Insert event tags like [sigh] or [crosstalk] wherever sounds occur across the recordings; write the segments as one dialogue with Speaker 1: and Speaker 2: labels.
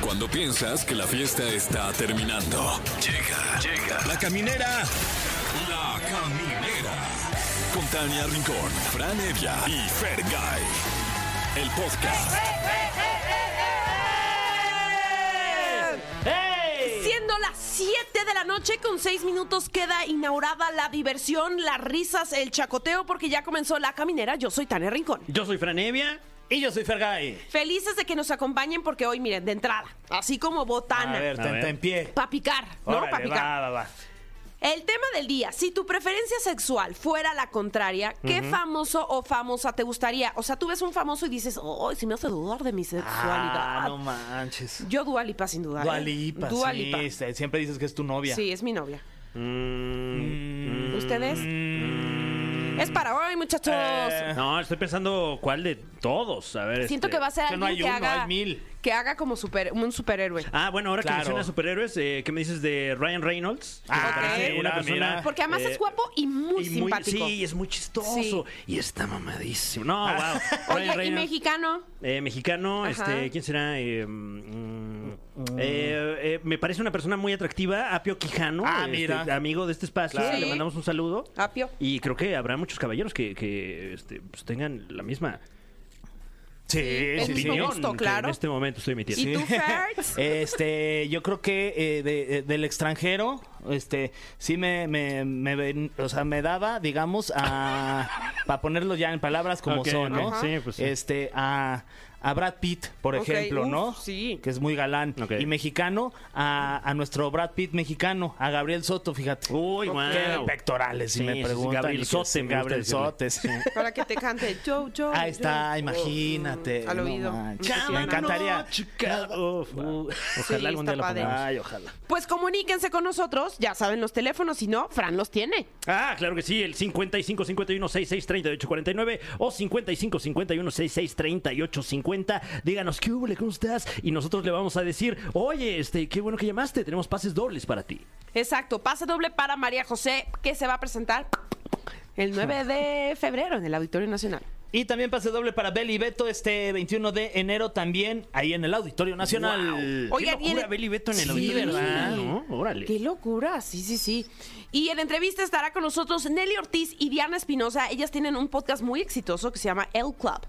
Speaker 1: Cuando piensas que la fiesta está terminando. Llega, llega. La caminera. La caminera. Con Tania Rincón, Fran Evia y Fer El podcast.
Speaker 2: Siendo las 7 de la noche, con 6 minutos queda inaugurada la diversión, las risas, el chacoteo, porque ya comenzó la caminera. Yo soy Tania Rincón.
Speaker 3: Yo soy Franevia y yo soy Fergay.
Speaker 2: Felices de que nos acompañen porque hoy, miren, de entrada, así como botana.
Speaker 4: A ver,
Speaker 3: A
Speaker 4: ten-
Speaker 3: ver.
Speaker 4: ten pie.
Speaker 2: Pa' picar, ¿no?
Speaker 3: Órale,
Speaker 2: Pa' picar.
Speaker 3: va, va, va.
Speaker 2: El tema del día, si tu preferencia sexual fuera la contraria, ¿qué famoso o famosa te gustaría? O sea, tú ves un famoso y dices, oh, si me hace dudar de mi sexualidad.
Speaker 4: Ah, no manches.
Speaker 2: Yo Dualipa, sin dudar. ¿eh?
Speaker 4: Dualipa,
Speaker 2: Dua
Speaker 4: sí,
Speaker 2: Lipa.
Speaker 4: este, siempre dices que es tu novia.
Speaker 2: Sí, es mi novia.
Speaker 4: Mm.
Speaker 2: ¿Ustedes? Es para hoy, muchachos.
Speaker 4: Eh,
Speaker 3: No, estoy pensando cuál de todos. A ver.
Speaker 2: Siento
Speaker 3: este-
Speaker 2: que va a ser
Speaker 4: que
Speaker 2: alguien
Speaker 4: no
Speaker 2: que
Speaker 4: hay uno,
Speaker 2: haga
Speaker 4: hay mil.
Speaker 2: que haga como super, un superhéroe.
Speaker 3: Ah, bueno, ahora
Speaker 4: Claro.
Speaker 3: que menciona superhéroes, eh, ¿qué me dices de Ryan Reynolds? Que
Speaker 4: Ah,
Speaker 3: me parece
Speaker 4: mira, mira.
Speaker 2: Porque además
Speaker 3: eh,
Speaker 2: es guapo y muy
Speaker 3: y
Speaker 2: simpático.
Speaker 3: sí, y es muy chistoso.
Speaker 2: Sí.
Speaker 3: Y está mamadísimo. No,
Speaker 4: Ah.
Speaker 2: [laughs]
Speaker 3: wow.
Speaker 2: Oye, y mexicano.
Speaker 3: Eh, mexicano,
Speaker 2: Ajá.
Speaker 3: este, ¿quién será? Eh, mm, eh, eh, me parece una persona muy atractiva, Apio Quijano,
Speaker 4: Ah,
Speaker 3: este,
Speaker 4: mira.
Speaker 3: amigo de este espacio.
Speaker 2: Claro.
Speaker 3: Le
Speaker 2: Sí.
Speaker 3: mandamos un saludo.
Speaker 2: Apio.
Speaker 3: Y creo que habrá muchos caballeros que, que, este, pues, tengan la misma
Speaker 4: sí,
Speaker 2: el
Speaker 4: sí,
Speaker 2: mismo
Speaker 4: sí.
Speaker 3: opinión
Speaker 2: gusto,
Speaker 3: que
Speaker 2: claro.
Speaker 3: en este momento estoy emitiendo.
Speaker 4: [laughs]
Speaker 2: ¿Y tú, Fertz?
Speaker 4: Este, yo creo que eh, de- eh, del extranjero, este, sí me, me, me ven- o sea, me daba, digamos,
Speaker 2: [laughs]
Speaker 4: a para ponerlo ya en palabras como
Speaker 3: Ok,
Speaker 4: son, ¿no?
Speaker 3: ok, sí, pues sí.
Speaker 4: Este, a, a Brad Pitt, por
Speaker 2: Ok,
Speaker 4: ejemplo,
Speaker 2: uf,
Speaker 4: ¿no?
Speaker 2: sí.
Speaker 4: Que es muy galán
Speaker 3: Ok.
Speaker 4: y mexicano, a, a nuestro Brad Pitt mexicano, a Gabriel Soto, fíjate.
Speaker 3: Uy,
Speaker 4: Qué
Speaker 3: wow.
Speaker 4: Ah, pectorales, si
Speaker 3: Sí, sí,
Speaker 4: me
Speaker 3: sí,
Speaker 4: preguntan.
Speaker 3: Gabriel
Speaker 4: Y que
Speaker 3: Sote,
Speaker 4: sí,
Speaker 3: me gusta
Speaker 4: Gabriel
Speaker 3: decirle.
Speaker 4: Sotes. [laughs]
Speaker 2: Para que te cante. Yo, yo.
Speaker 4: Ahí está,
Speaker 2: yo. Oh,
Speaker 4: imagínate.
Speaker 2: Al
Speaker 4: no
Speaker 2: oído.
Speaker 4: manches,
Speaker 2: Impresionante.
Speaker 4: me encantaría.
Speaker 2: Sí,
Speaker 3: uh, ojalá algún
Speaker 2: está
Speaker 3: día lo
Speaker 2: padre.
Speaker 3: pongamos.
Speaker 4: Ay, ojalá.
Speaker 2: Pues comuníquense con nosotros, ya saben los teléfonos, si no, Fran los tiene.
Speaker 3: Ah, claro que sí, el 55 51 66 38 49 o 55 51 66 38 50. Díganos, ¿qué hubo? ¿Cómo estás? Y nosotros le vamos a decir, oye, este, qué bueno que llamaste, tenemos pases dobles para ti.
Speaker 2: Exacto, pase doble para María José, que se va a presentar el 9 de febrero en el Auditorio Nacional.
Speaker 4: Y también pase doble para Beli y Beto este 21 de enero también ahí en el Auditorio Nacional.
Speaker 2: Wow. Oigan,
Speaker 3: qué
Speaker 2: y en
Speaker 3: locura,
Speaker 2: el-
Speaker 3: Beli Beto en el
Speaker 4: Sí,
Speaker 3: auditorio.
Speaker 4: ¿verdad?
Speaker 3: ¿no? Órale.
Speaker 2: ¡Qué locura! Sí, sí, sí. Y en entrevista estará con nosotros Nelly Ortiz y Diana Espinosa. Ellas tienen un podcast muy exitoso que se llama El Club.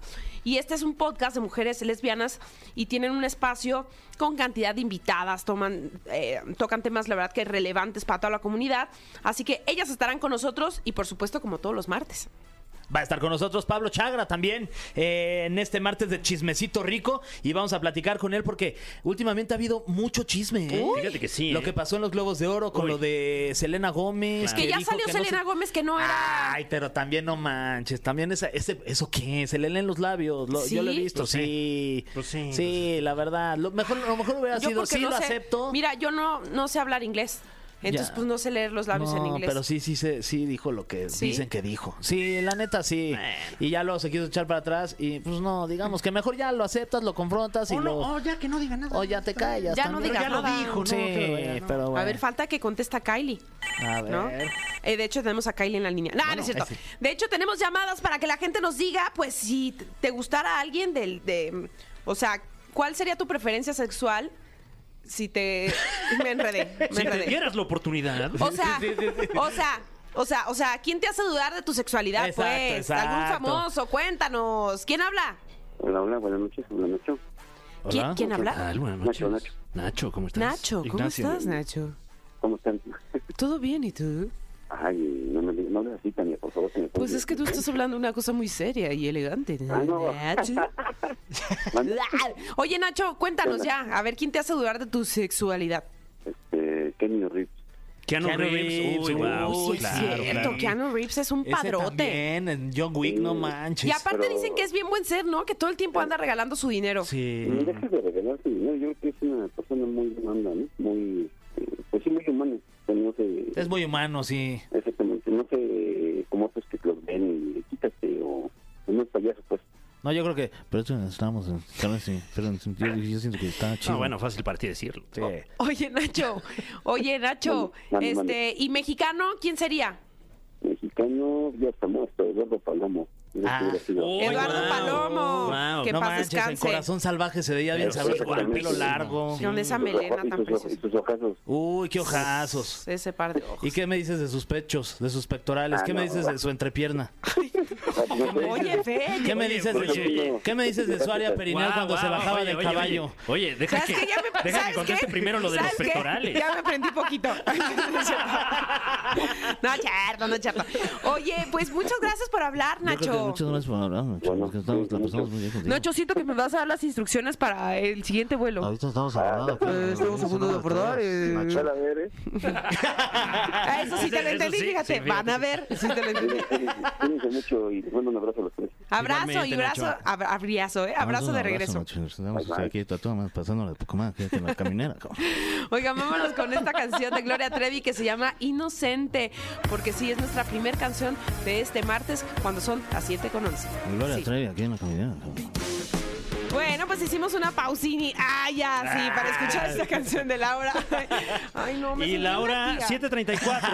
Speaker 2: Y este es un podcast de mujeres lesbianas y tienen un espacio con cantidad de invitadas, toman, eh, tocan temas, la verdad, que relevantes para toda la comunidad. Así que ellas estarán con nosotros y, por supuesto, como todos los martes.
Speaker 4: Va a estar con nosotros Pablo Chagra también eh, en este martes de Chismecito Rico y vamos a platicar con él porque últimamente ha habido mucho chisme. ¿eh?
Speaker 3: Uy. Fíjate que sí,
Speaker 4: Lo
Speaker 3: ¿eh?
Speaker 4: que pasó en los Globos de Oro con
Speaker 3: Uy.
Speaker 4: lo de Selena Gómez.
Speaker 3: Claro.
Speaker 2: Que ya
Speaker 4: dijo
Speaker 2: salió
Speaker 4: no
Speaker 2: Selena
Speaker 4: se-
Speaker 2: Gómez, que no era.
Speaker 4: Ay, pero también no manches, también esa, ese, eso qué, se le leen los labios, lo- yo lo he
Speaker 2: ¿Sí?
Speaker 4: visto,
Speaker 3: Pues
Speaker 4: sí,
Speaker 3: Pues sí,
Speaker 4: sí, la verdad, lo mejor, lo mejor hubiera sido,
Speaker 2: porque
Speaker 4: sí lo
Speaker 2: sé-
Speaker 4: acepto,
Speaker 2: Mira, yo no, no sé hablar inglés. Entonces,
Speaker 4: Ya.
Speaker 2: pues no sé leer los labios en
Speaker 4: No,
Speaker 2: inglés.
Speaker 4: pero sí, sí, se- sí dijo lo que
Speaker 2: ¿Sí?
Speaker 4: dicen que dijo. Sí, la neta sí.
Speaker 3: Bueno.
Speaker 4: Y ya luego se quiso echar para atrás y pues no, digamos que mejor ya lo aceptas, lo confrontas y
Speaker 3: O no,
Speaker 4: lo...
Speaker 3: o ya que no diga nada.
Speaker 4: o ya te callas.
Speaker 2: Ya no
Speaker 4: también.
Speaker 2: digas
Speaker 4: Pero ya
Speaker 2: nada.
Speaker 4: lo dijo, ¿no?
Speaker 3: Sí,
Speaker 4: pero bueno.
Speaker 2: A ver, falta que contesta Kylie.
Speaker 4: A ver.
Speaker 2: ¿no? Eh, de hecho, tenemos a Kylie en la línea. No, no es cierto. De hecho, tenemos llamadas para que la gente nos diga, pues, si t- te gustara alguien del. De, o sea, ¿cuál sería tu preferencia sexual si te. [laughs] Me enredé. Me
Speaker 3: Si te
Speaker 2: enredé.
Speaker 3: dieras la oportunidad.
Speaker 4: [laughs]
Speaker 2: O sea, o sea. O sea, o sea, ¿quién te hace dudar de tu sexualidad?
Speaker 4: Exacto,
Speaker 2: pues, algún
Speaker 4: exacto.
Speaker 2: famoso, cuéntanos. ¿Quién habla?
Speaker 5: Hola, hola, buenas noches, buenas noches.
Speaker 2: ¿Quién, quién habla?
Speaker 3: Ah, buenas
Speaker 5: Nacho,
Speaker 3: noches. Nacho, ¿cómo estás?
Speaker 2: Nacho, ¿cómo
Speaker 3: Ignacio.
Speaker 2: estás, Nacho?
Speaker 5: ¿Cómo están? [laughs]
Speaker 2: ¿Todo bien y tú?
Speaker 5: Ay, no me no hables así, Tania, por favor. que me pongo-
Speaker 2: Pues es que tú estás hablando una cosa muy seria y elegante.
Speaker 5: Ah, no. [laughs]
Speaker 2: Nacho.
Speaker 5: Mande.
Speaker 2: Oye, Nacho, cuéntanos ya. A ver, ¿quién te hace dudar de tu sexualidad?
Speaker 5: Este, Kenny Reeves.
Speaker 3: Keanu,
Speaker 4: Keanu
Speaker 3: Reeves.
Speaker 4: Reeves,
Speaker 3: Uy, wow.
Speaker 4: uy,
Speaker 3: sí,
Speaker 2: Pues es
Speaker 4: claro,
Speaker 2: cierto,
Speaker 4: claro.
Speaker 2: Keanu Reeves es un
Speaker 4: Ese
Speaker 2: padrote. Mm.
Speaker 4: también, en John Wick, no manches.
Speaker 2: Y aparte
Speaker 5: pero-
Speaker 2: dicen que es bien buen ser, ¿no? Que todo el tiempo anda regalando su dinero.
Speaker 3: Sí.
Speaker 5: Y deja de regalar su dinero. Yo creo que es una persona muy humana, ¿no? Muy, eh, pues sí, muy humana. O sea, No sé,
Speaker 4: Es muy humano, sí.
Speaker 5: exactamente, no sé como otros que los ven y quítate o unos payasos, pues.
Speaker 4: No, yo creo que... Pero esto estamos... sí, yo, siento que está
Speaker 3: No, bueno, fácil para ti decirlo.
Speaker 2: Oye, Nacho. Oye, Nacho.
Speaker 5: Mande, mande.
Speaker 2: este, ¿y mexicano quién sería?
Speaker 5: Mexicano, ya está muerto, Eduardo Palomo. Yo
Speaker 4: Ah.
Speaker 5: hubiera sido-
Speaker 3: Oh,
Speaker 2: Eduardo
Speaker 3: wow,
Speaker 2: Palomo.
Speaker 3: wow.
Speaker 2: que
Speaker 4: no
Speaker 2: paz
Speaker 4: manches, el
Speaker 2: descanse.
Speaker 4: corazón salvaje se veía bien
Speaker 5: Eso,
Speaker 4: sabroso con el pelo
Speaker 5: exactamente.
Speaker 4: largo.
Speaker 2: Con esa
Speaker 5: Y tus ojo-
Speaker 2: melena tan
Speaker 5: y tus ojo-
Speaker 2: preciosa.
Speaker 5: Y tus ojazos.
Speaker 4: Uy, qué ojazos.
Speaker 2: Ese par de ojos.
Speaker 4: ¿Y qué me dices de sus pechos, de sus pectorales?
Speaker 5: Ah,
Speaker 4: ¿Qué me
Speaker 5: no.
Speaker 4: dices de su entrepierna?
Speaker 2: [laughs] Oye, pues, Fer.
Speaker 4: ¿Qué me
Speaker 3: Oye,
Speaker 4: dices de
Speaker 3: oye,
Speaker 4: su,
Speaker 5: oye.
Speaker 4: ¿qué me dices de su área perineal
Speaker 3: Guau,
Speaker 4: cuando se
Speaker 3: guau,
Speaker 4: bajaba
Speaker 3: oye,
Speaker 4: del
Speaker 3: oye,
Speaker 4: caballo?
Speaker 3: Oye, oye, deja
Speaker 2: ¿Sabes
Speaker 3: que,
Speaker 2: qué? Ya me,
Speaker 3: deja que
Speaker 2: ¿sabes
Speaker 3: conteste
Speaker 2: qué?
Speaker 3: primero lo de los
Speaker 2: ¿Sabes qué?
Speaker 3: pectorales.
Speaker 2: Ya me prendí poquito.
Speaker 3: [laughs]
Speaker 2: no, charto, no, charto. Oye, pues muchas gracias por hablar,
Speaker 6: Yo creo que
Speaker 2: Nacho.
Speaker 6: muchas gracias por hablar, Nacho.
Speaker 5: Bueno,
Speaker 6: porque estamos, la
Speaker 5: sí,
Speaker 6: pasamos
Speaker 5: mucho.
Speaker 6: muy bien contigo.
Speaker 2: Nacho, siento que me vas a dar las instrucciones para el siguiente vuelo.
Speaker 6: Ahorita estamos hablando.
Speaker 5: Eh,
Speaker 6: estamos a punto de abordar.
Speaker 5: Van a ver, ¿eh?
Speaker 2: Ah, eso sí te
Speaker 3: Eso
Speaker 2: lo entendí,
Speaker 3: sí,
Speaker 2: fíjate.
Speaker 3: sí, fíjate.
Speaker 2: Van a ver. Sí te lo entendí.
Speaker 5: [laughs] Cuídense mucho y les mando un abrazo a los tres.
Speaker 2: Abrazo y
Speaker 3: Igualmente,
Speaker 2: brazo.
Speaker 3: Nacho.
Speaker 2: ab- Abrazo, ¿eh? Abrazo de regreso.
Speaker 6: Estamos aquí, tatuado más pasándola de poco más que en la caminera. cabrón.
Speaker 2: Oigan, vámonos con esta canción de Gloria Trevi que se llama Inocente, porque sí, es nuestra primer canción de este martes cuando son las 7 con 11.
Speaker 6: Gloria
Speaker 2: Sí.
Speaker 6: Trevi aquí en la caminera. cabrón.
Speaker 2: Bueno, pues hicimos una pausini. Ah, ya, sí, para escuchar esta canción de Laura. Ay, no, me
Speaker 3: Y
Speaker 2: sentí una
Speaker 3: Laura,
Speaker 2: tía.
Speaker 3: 734.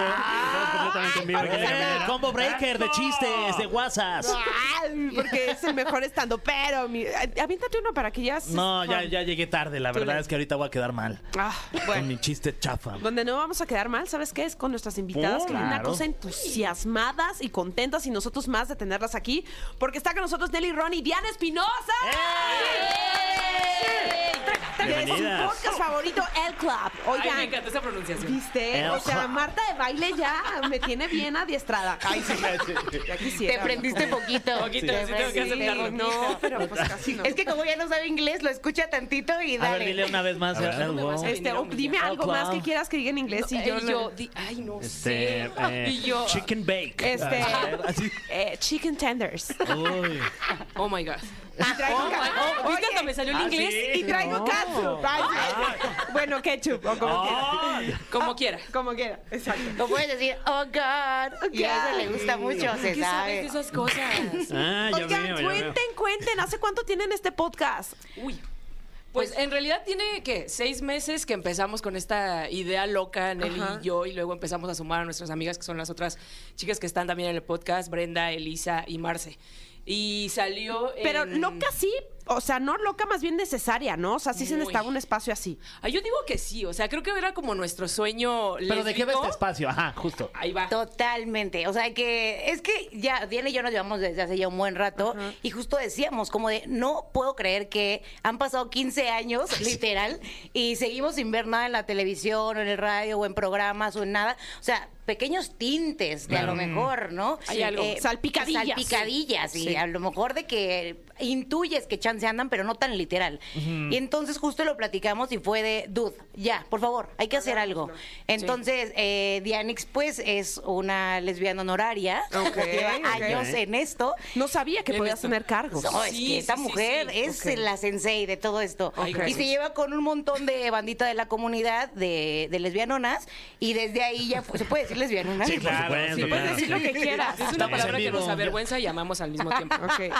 Speaker 3: Estamos completamente en vivo aquí en la
Speaker 4: Eh,
Speaker 3: caminera.
Speaker 4: Combo breaker de chistes, de guasas.
Speaker 2: Ay, porque es el mejor estando, pero mi... Ay, aviéntate uno para que ya. se-
Speaker 4: No, ya, ya llegué tarde. La
Speaker 2: Tú
Speaker 4: verdad
Speaker 2: le-
Speaker 4: es que ahorita voy a quedar mal.
Speaker 2: Ah,
Speaker 4: Con
Speaker 2: bueno.
Speaker 4: mi chiste chafa.
Speaker 2: Donde no vamos a quedar mal, ¿sabes qué? Es con nuestras invitadas, que es una
Speaker 4: Oh, Claro.
Speaker 2: cosa entusiasmadas y contentas y nosotros más de tenerlas aquí, porque está con nosotros Nelly Ron y Diana Espinosa.
Speaker 4: ¡Eh!
Speaker 2: Sí. Tra- tra- Es
Speaker 3: Bienvenidas.
Speaker 2: su podcast favorito, El Club.
Speaker 7: Ay, me
Speaker 2: Oigan,
Speaker 7: encanta esa pronunciación.
Speaker 2: ¿viste?
Speaker 4: El
Speaker 2: o sea,
Speaker 4: Club.
Speaker 2: Marta de baile ya me tiene bien adiestrada. Ay,
Speaker 4: [laughs]
Speaker 2: sí, ya quisiera.
Speaker 8: Te prendiste poquito.
Speaker 7: Poquito, sí, tengo que
Speaker 2: Sí,
Speaker 7: aceptarlo.
Speaker 2: no, pero pues casi no.
Speaker 8: Es que como ya no sabe inglés, lo escucha tantito y
Speaker 4: A
Speaker 8: dale.
Speaker 4: ver, dile una vez más.
Speaker 3: ver,
Speaker 4: algo.
Speaker 7: ¿dónde vas a ir?
Speaker 2: Este, o dime
Speaker 7: El
Speaker 2: algo
Speaker 4: Club.
Speaker 2: más que quieras que diga en inglés y
Speaker 7: Eh,
Speaker 2: yo...
Speaker 7: y
Speaker 2: lo-
Speaker 7: yo di- ay, no
Speaker 3: Este,
Speaker 7: sé.
Speaker 3: eh,
Speaker 7: y yo,
Speaker 3: Chicken Bake.
Speaker 2: Este,
Speaker 4: A ver, así.
Speaker 2: eh, chicken tenders.
Speaker 4: Uy.
Speaker 7: oh my God.
Speaker 2: Y traigo
Speaker 7: Oh, my
Speaker 2: ca-
Speaker 7: God. ¿Viste
Speaker 2: Oye,
Speaker 7: hasta me salió el
Speaker 3: ah,
Speaker 7: inglés?
Speaker 3: sí.
Speaker 2: Y traigo
Speaker 3: No.
Speaker 2: catsup. Ay, sí. Bueno, ketchup o como quiera.
Speaker 3: ¡Ay!
Speaker 7: Como quiera.
Speaker 2: Como quiera, exacto.
Speaker 8: Lo puedes decir, oh God. Y a eso le gusta mucho, se
Speaker 7: ¿Qué sabes de
Speaker 8: sabe.
Speaker 7: esas [laughs] cosas?
Speaker 3: Ah, ya
Speaker 2: Oigan,
Speaker 3: veo, ya veo.
Speaker 2: cuenten, cuenten. ¿Hace cuánto tienen este podcast?
Speaker 7: Uy. Pues en realidad tiene que seis meses que empezamos con esta idea loca, Nelly
Speaker 2: Ajá.
Speaker 7: y yo, y luego empezamos a sumar a nuestras amigas, que son las otras chicas que están también en el podcast, Brenda, Elisa y Marce. Y salió.
Speaker 2: Pero
Speaker 7: en-
Speaker 2: loca sí, o sea, no loca, más bien necesaria, ¿no? O sea, sí se
Speaker 7: Muy.
Speaker 2: necesitaba un espacio así.
Speaker 7: Ay, Ah, yo digo que sí, o sea, creo que era como nuestro sueño.
Speaker 4: Pero ¿de qué ves
Speaker 7: lésbico.
Speaker 4: este espacio? Ajá, justo.
Speaker 7: Ahí va.
Speaker 8: Totalmente. O sea que es que ya Diana y yo nos llevamos desde hace ya un buen rato y justo decíamos como de no puedo creer que han pasado 15 años literal y seguimos sin ver nada en la televisión o en el radio o en programas o en nada. O sea, pequeños tintes de a lo mejor, ¿no? eh,
Speaker 7: Hay algo.
Speaker 2: Salpicadillas.
Speaker 8: Salpicadillas y
Speaker 2: Sí.
Speaker 8: a lo mejor de que intuyes que chance andan, pero no tan literal. Y entonces justo lo platicamos y fue de, dude, ya, por favor, hay que hacer algo. Entonces, eh, Dianix, pues, es una lesbiana honoraria.
Speaker 2: Ok,
Speaker 8: [laughs] lleva
Speaker 2: ok.
Speaker 8: años en esto.
Speaker 2: No sabía que
Speaker 7: En
Speaker 2: podías
Speaker 7: esto.
Speaker 2: tener
Speaker 8: [laughs]
Speaker 2: cargos.
Speaker 8: No, es
Speaker 7: Sí,
Speaker 8: que esta
Speaker 7: sí, sí,
Speaker 8: mujer
Speaker 7: sí.
Speaker 8: es
Speaker 2: Ok.
Speaker 8: la sensei de todo esto.
Speaker 7: Ay,
Speaker 8: y
Speaker 7: gracias.
Speaker 8: se lleva con un montón de bandita de la comunidad de, de lesbianonas. Y desde ahí ya fue- se puede decir lesbianonas.
Speaker 4: Sí, claro,
Speaker 3: supuesto,
Speaker 4: sí,
Speaker 3: claro.
Speaker 2: Puedes decir lo que quieras.
Speaker 7: Es una
Speaker 4: Estamos
Speaker 7: palabra
Speaker 4: en
Speaker 7: que
Speaker 4: vivo.
Speaker 7: nos avergüenza y amamos
Speaker 4: [laughs]
Speaker 7: al mismo tiempo.
Speaker 2: Ok.
Speaker 8: [laughs]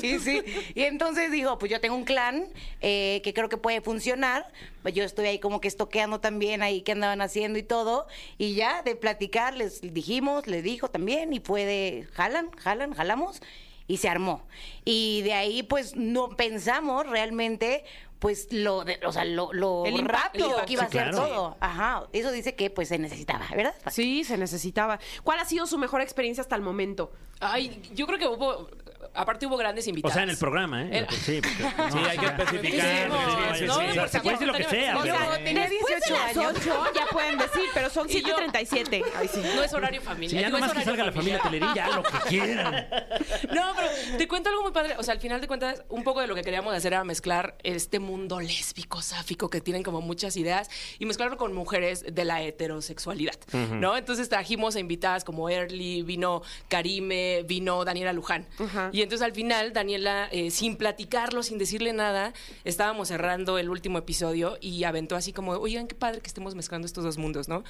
Speaker 8: Sí, sí. Y entonces digo, pues yo tengo un clan eh, que creo que puede funcionar. Pues yo estoy ahí como que estoqueando también ahí qué andaban haciendo y todo. Y ya de platicar les dijimos, les dijo también y fue de jalan, jalan, jalamos y se armó. Y de ahí pues no pensamos realmente pues lo, de- o sea, lo, lo
Speaker 2: El impacto.
Speaker 8: rápido que iba a
Speaker 3: Sí,
Speaker 8: ser
Speaker 3: claro.
Speaker 8: todo. Ajá, eso dice que pues se necesitaba, ¿verdad?
Speaker 2: Sí, se necesitaba. ¿Cuál ha sido su mejor experiencia hasta el momento?
Speaker 7: Ay, yo creo que hubo. Aparte hubo grandes
Speaker 3: O
Speaker 7: invitados.
Speaker 3: sea, en el programa, ¿eh?
Speaker 7: El-
Speaker 3: Sí, porque-
Speaker 4: Sí, hay que especificar.
Speaker 7: Muchísimo.
Speaker 4: porque sí,
Speaker 7: No,
Speaker 4: sí, sí.
Speaker 7: porque
Speaker 3: O sea, puedes decir lo que sea.
Speaker 7: O
Speaker 2: O
Speaker 7: sea,
Speaker 3: pero-
Speaker 2: sea,
Speaker 8: tenía
Speaker 2: después de
Speaker 8: 18
Speaker 2: las
Speaker 8: años.
Speaker 2: 8 ya pueden decir, pero son
Speaker 7: Y yo- Ah,
Speaker 2: 7.37. Ay, sí.
Speaker 7: No es horario familiar.
Speaker 3: Sí, ya
Speaker 7: digo, es
Speaker 3: nomás que
Speaker 7: horario
Speaker 3: salga la familia Telerín,
Speaker 7: familiar.
Speaker 3: ya lo que quieran.
Speaker 7: [laughs] No, pero te cuento algo muy padre. O sea, al final de cuentas, un poco de lo que queríamos hacer era mezclar este mundo lésbico, sáfico, que tienen como muchas ideas, y mezclarlo con mujeres de la heterosexualidad, ¿no? Entonces trajimos a invitadas como Early, vino Karime, vino Daniela Luján.
Speaker 2: Ajá.
Speaker 7: Y entonces al final, Daniela, eh, sin platicarlo, sin decirle nada, estábamos cerrando el último episodio y aventó así como, oigan, qué padre que estemos mezclando estos dos mundos, ¿no?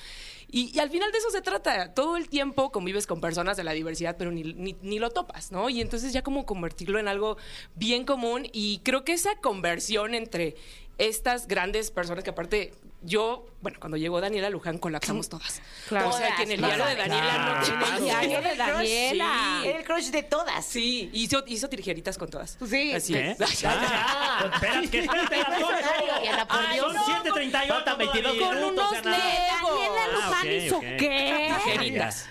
Speaker 7: Y, y al final de eso se trata. Todo el tiempo convives con personas de la diversidad, pero ni, ni- ni lo topas, ¿no? Y entonces ya como convertirlo en algo bien común y creo que esa conversión entre estas grandes personas que aparte yo, bueno, cuando llegó Daniela Luján colapsamos todas.
Speaker 2: Claro.
Speaker 7: O sea, que en el diario de Daniela no
Speaker 2: Claro.
Speaker 7: tiene
Speaker 2: El diario de
Speaker 8: Era el crush,
Speaker 2: Daniela. Pues
Speaker 8: sí, era el crush de todas.
Speaker 7: Sí, hizo, hizo tijeritas con todas.
Speaker 8: Sí.
Speaker 7: Así
Speaker 3: ¿Qué?
Speaker 2: ¿eh?
Speaker 7: es.
Speaker 3: Ah, espérate, que espérate,
Speaker 2: [laughs]
Speaker 3: las dos.
Speaker 8: Ay, Ana, por
Speaker 3: Ay,
Speaker 8: Dios.
Speaker 3: son 7.38, 22
Speaker 2: Con
Speaker 3: minutos. o
Speaker 2: unos
Speaker 3: sea,
Speaker 2: Legos.
Speaker 3: nada.
Speaker 2: Daniela
Speaker 3: Ah,
Speaker 2: Luján
Speaker 3: ok,
Speaker 2: hizo
Speaker 3: ok.
Speaker 2: qué. [laughs]
Speaker 7: Tijeritas.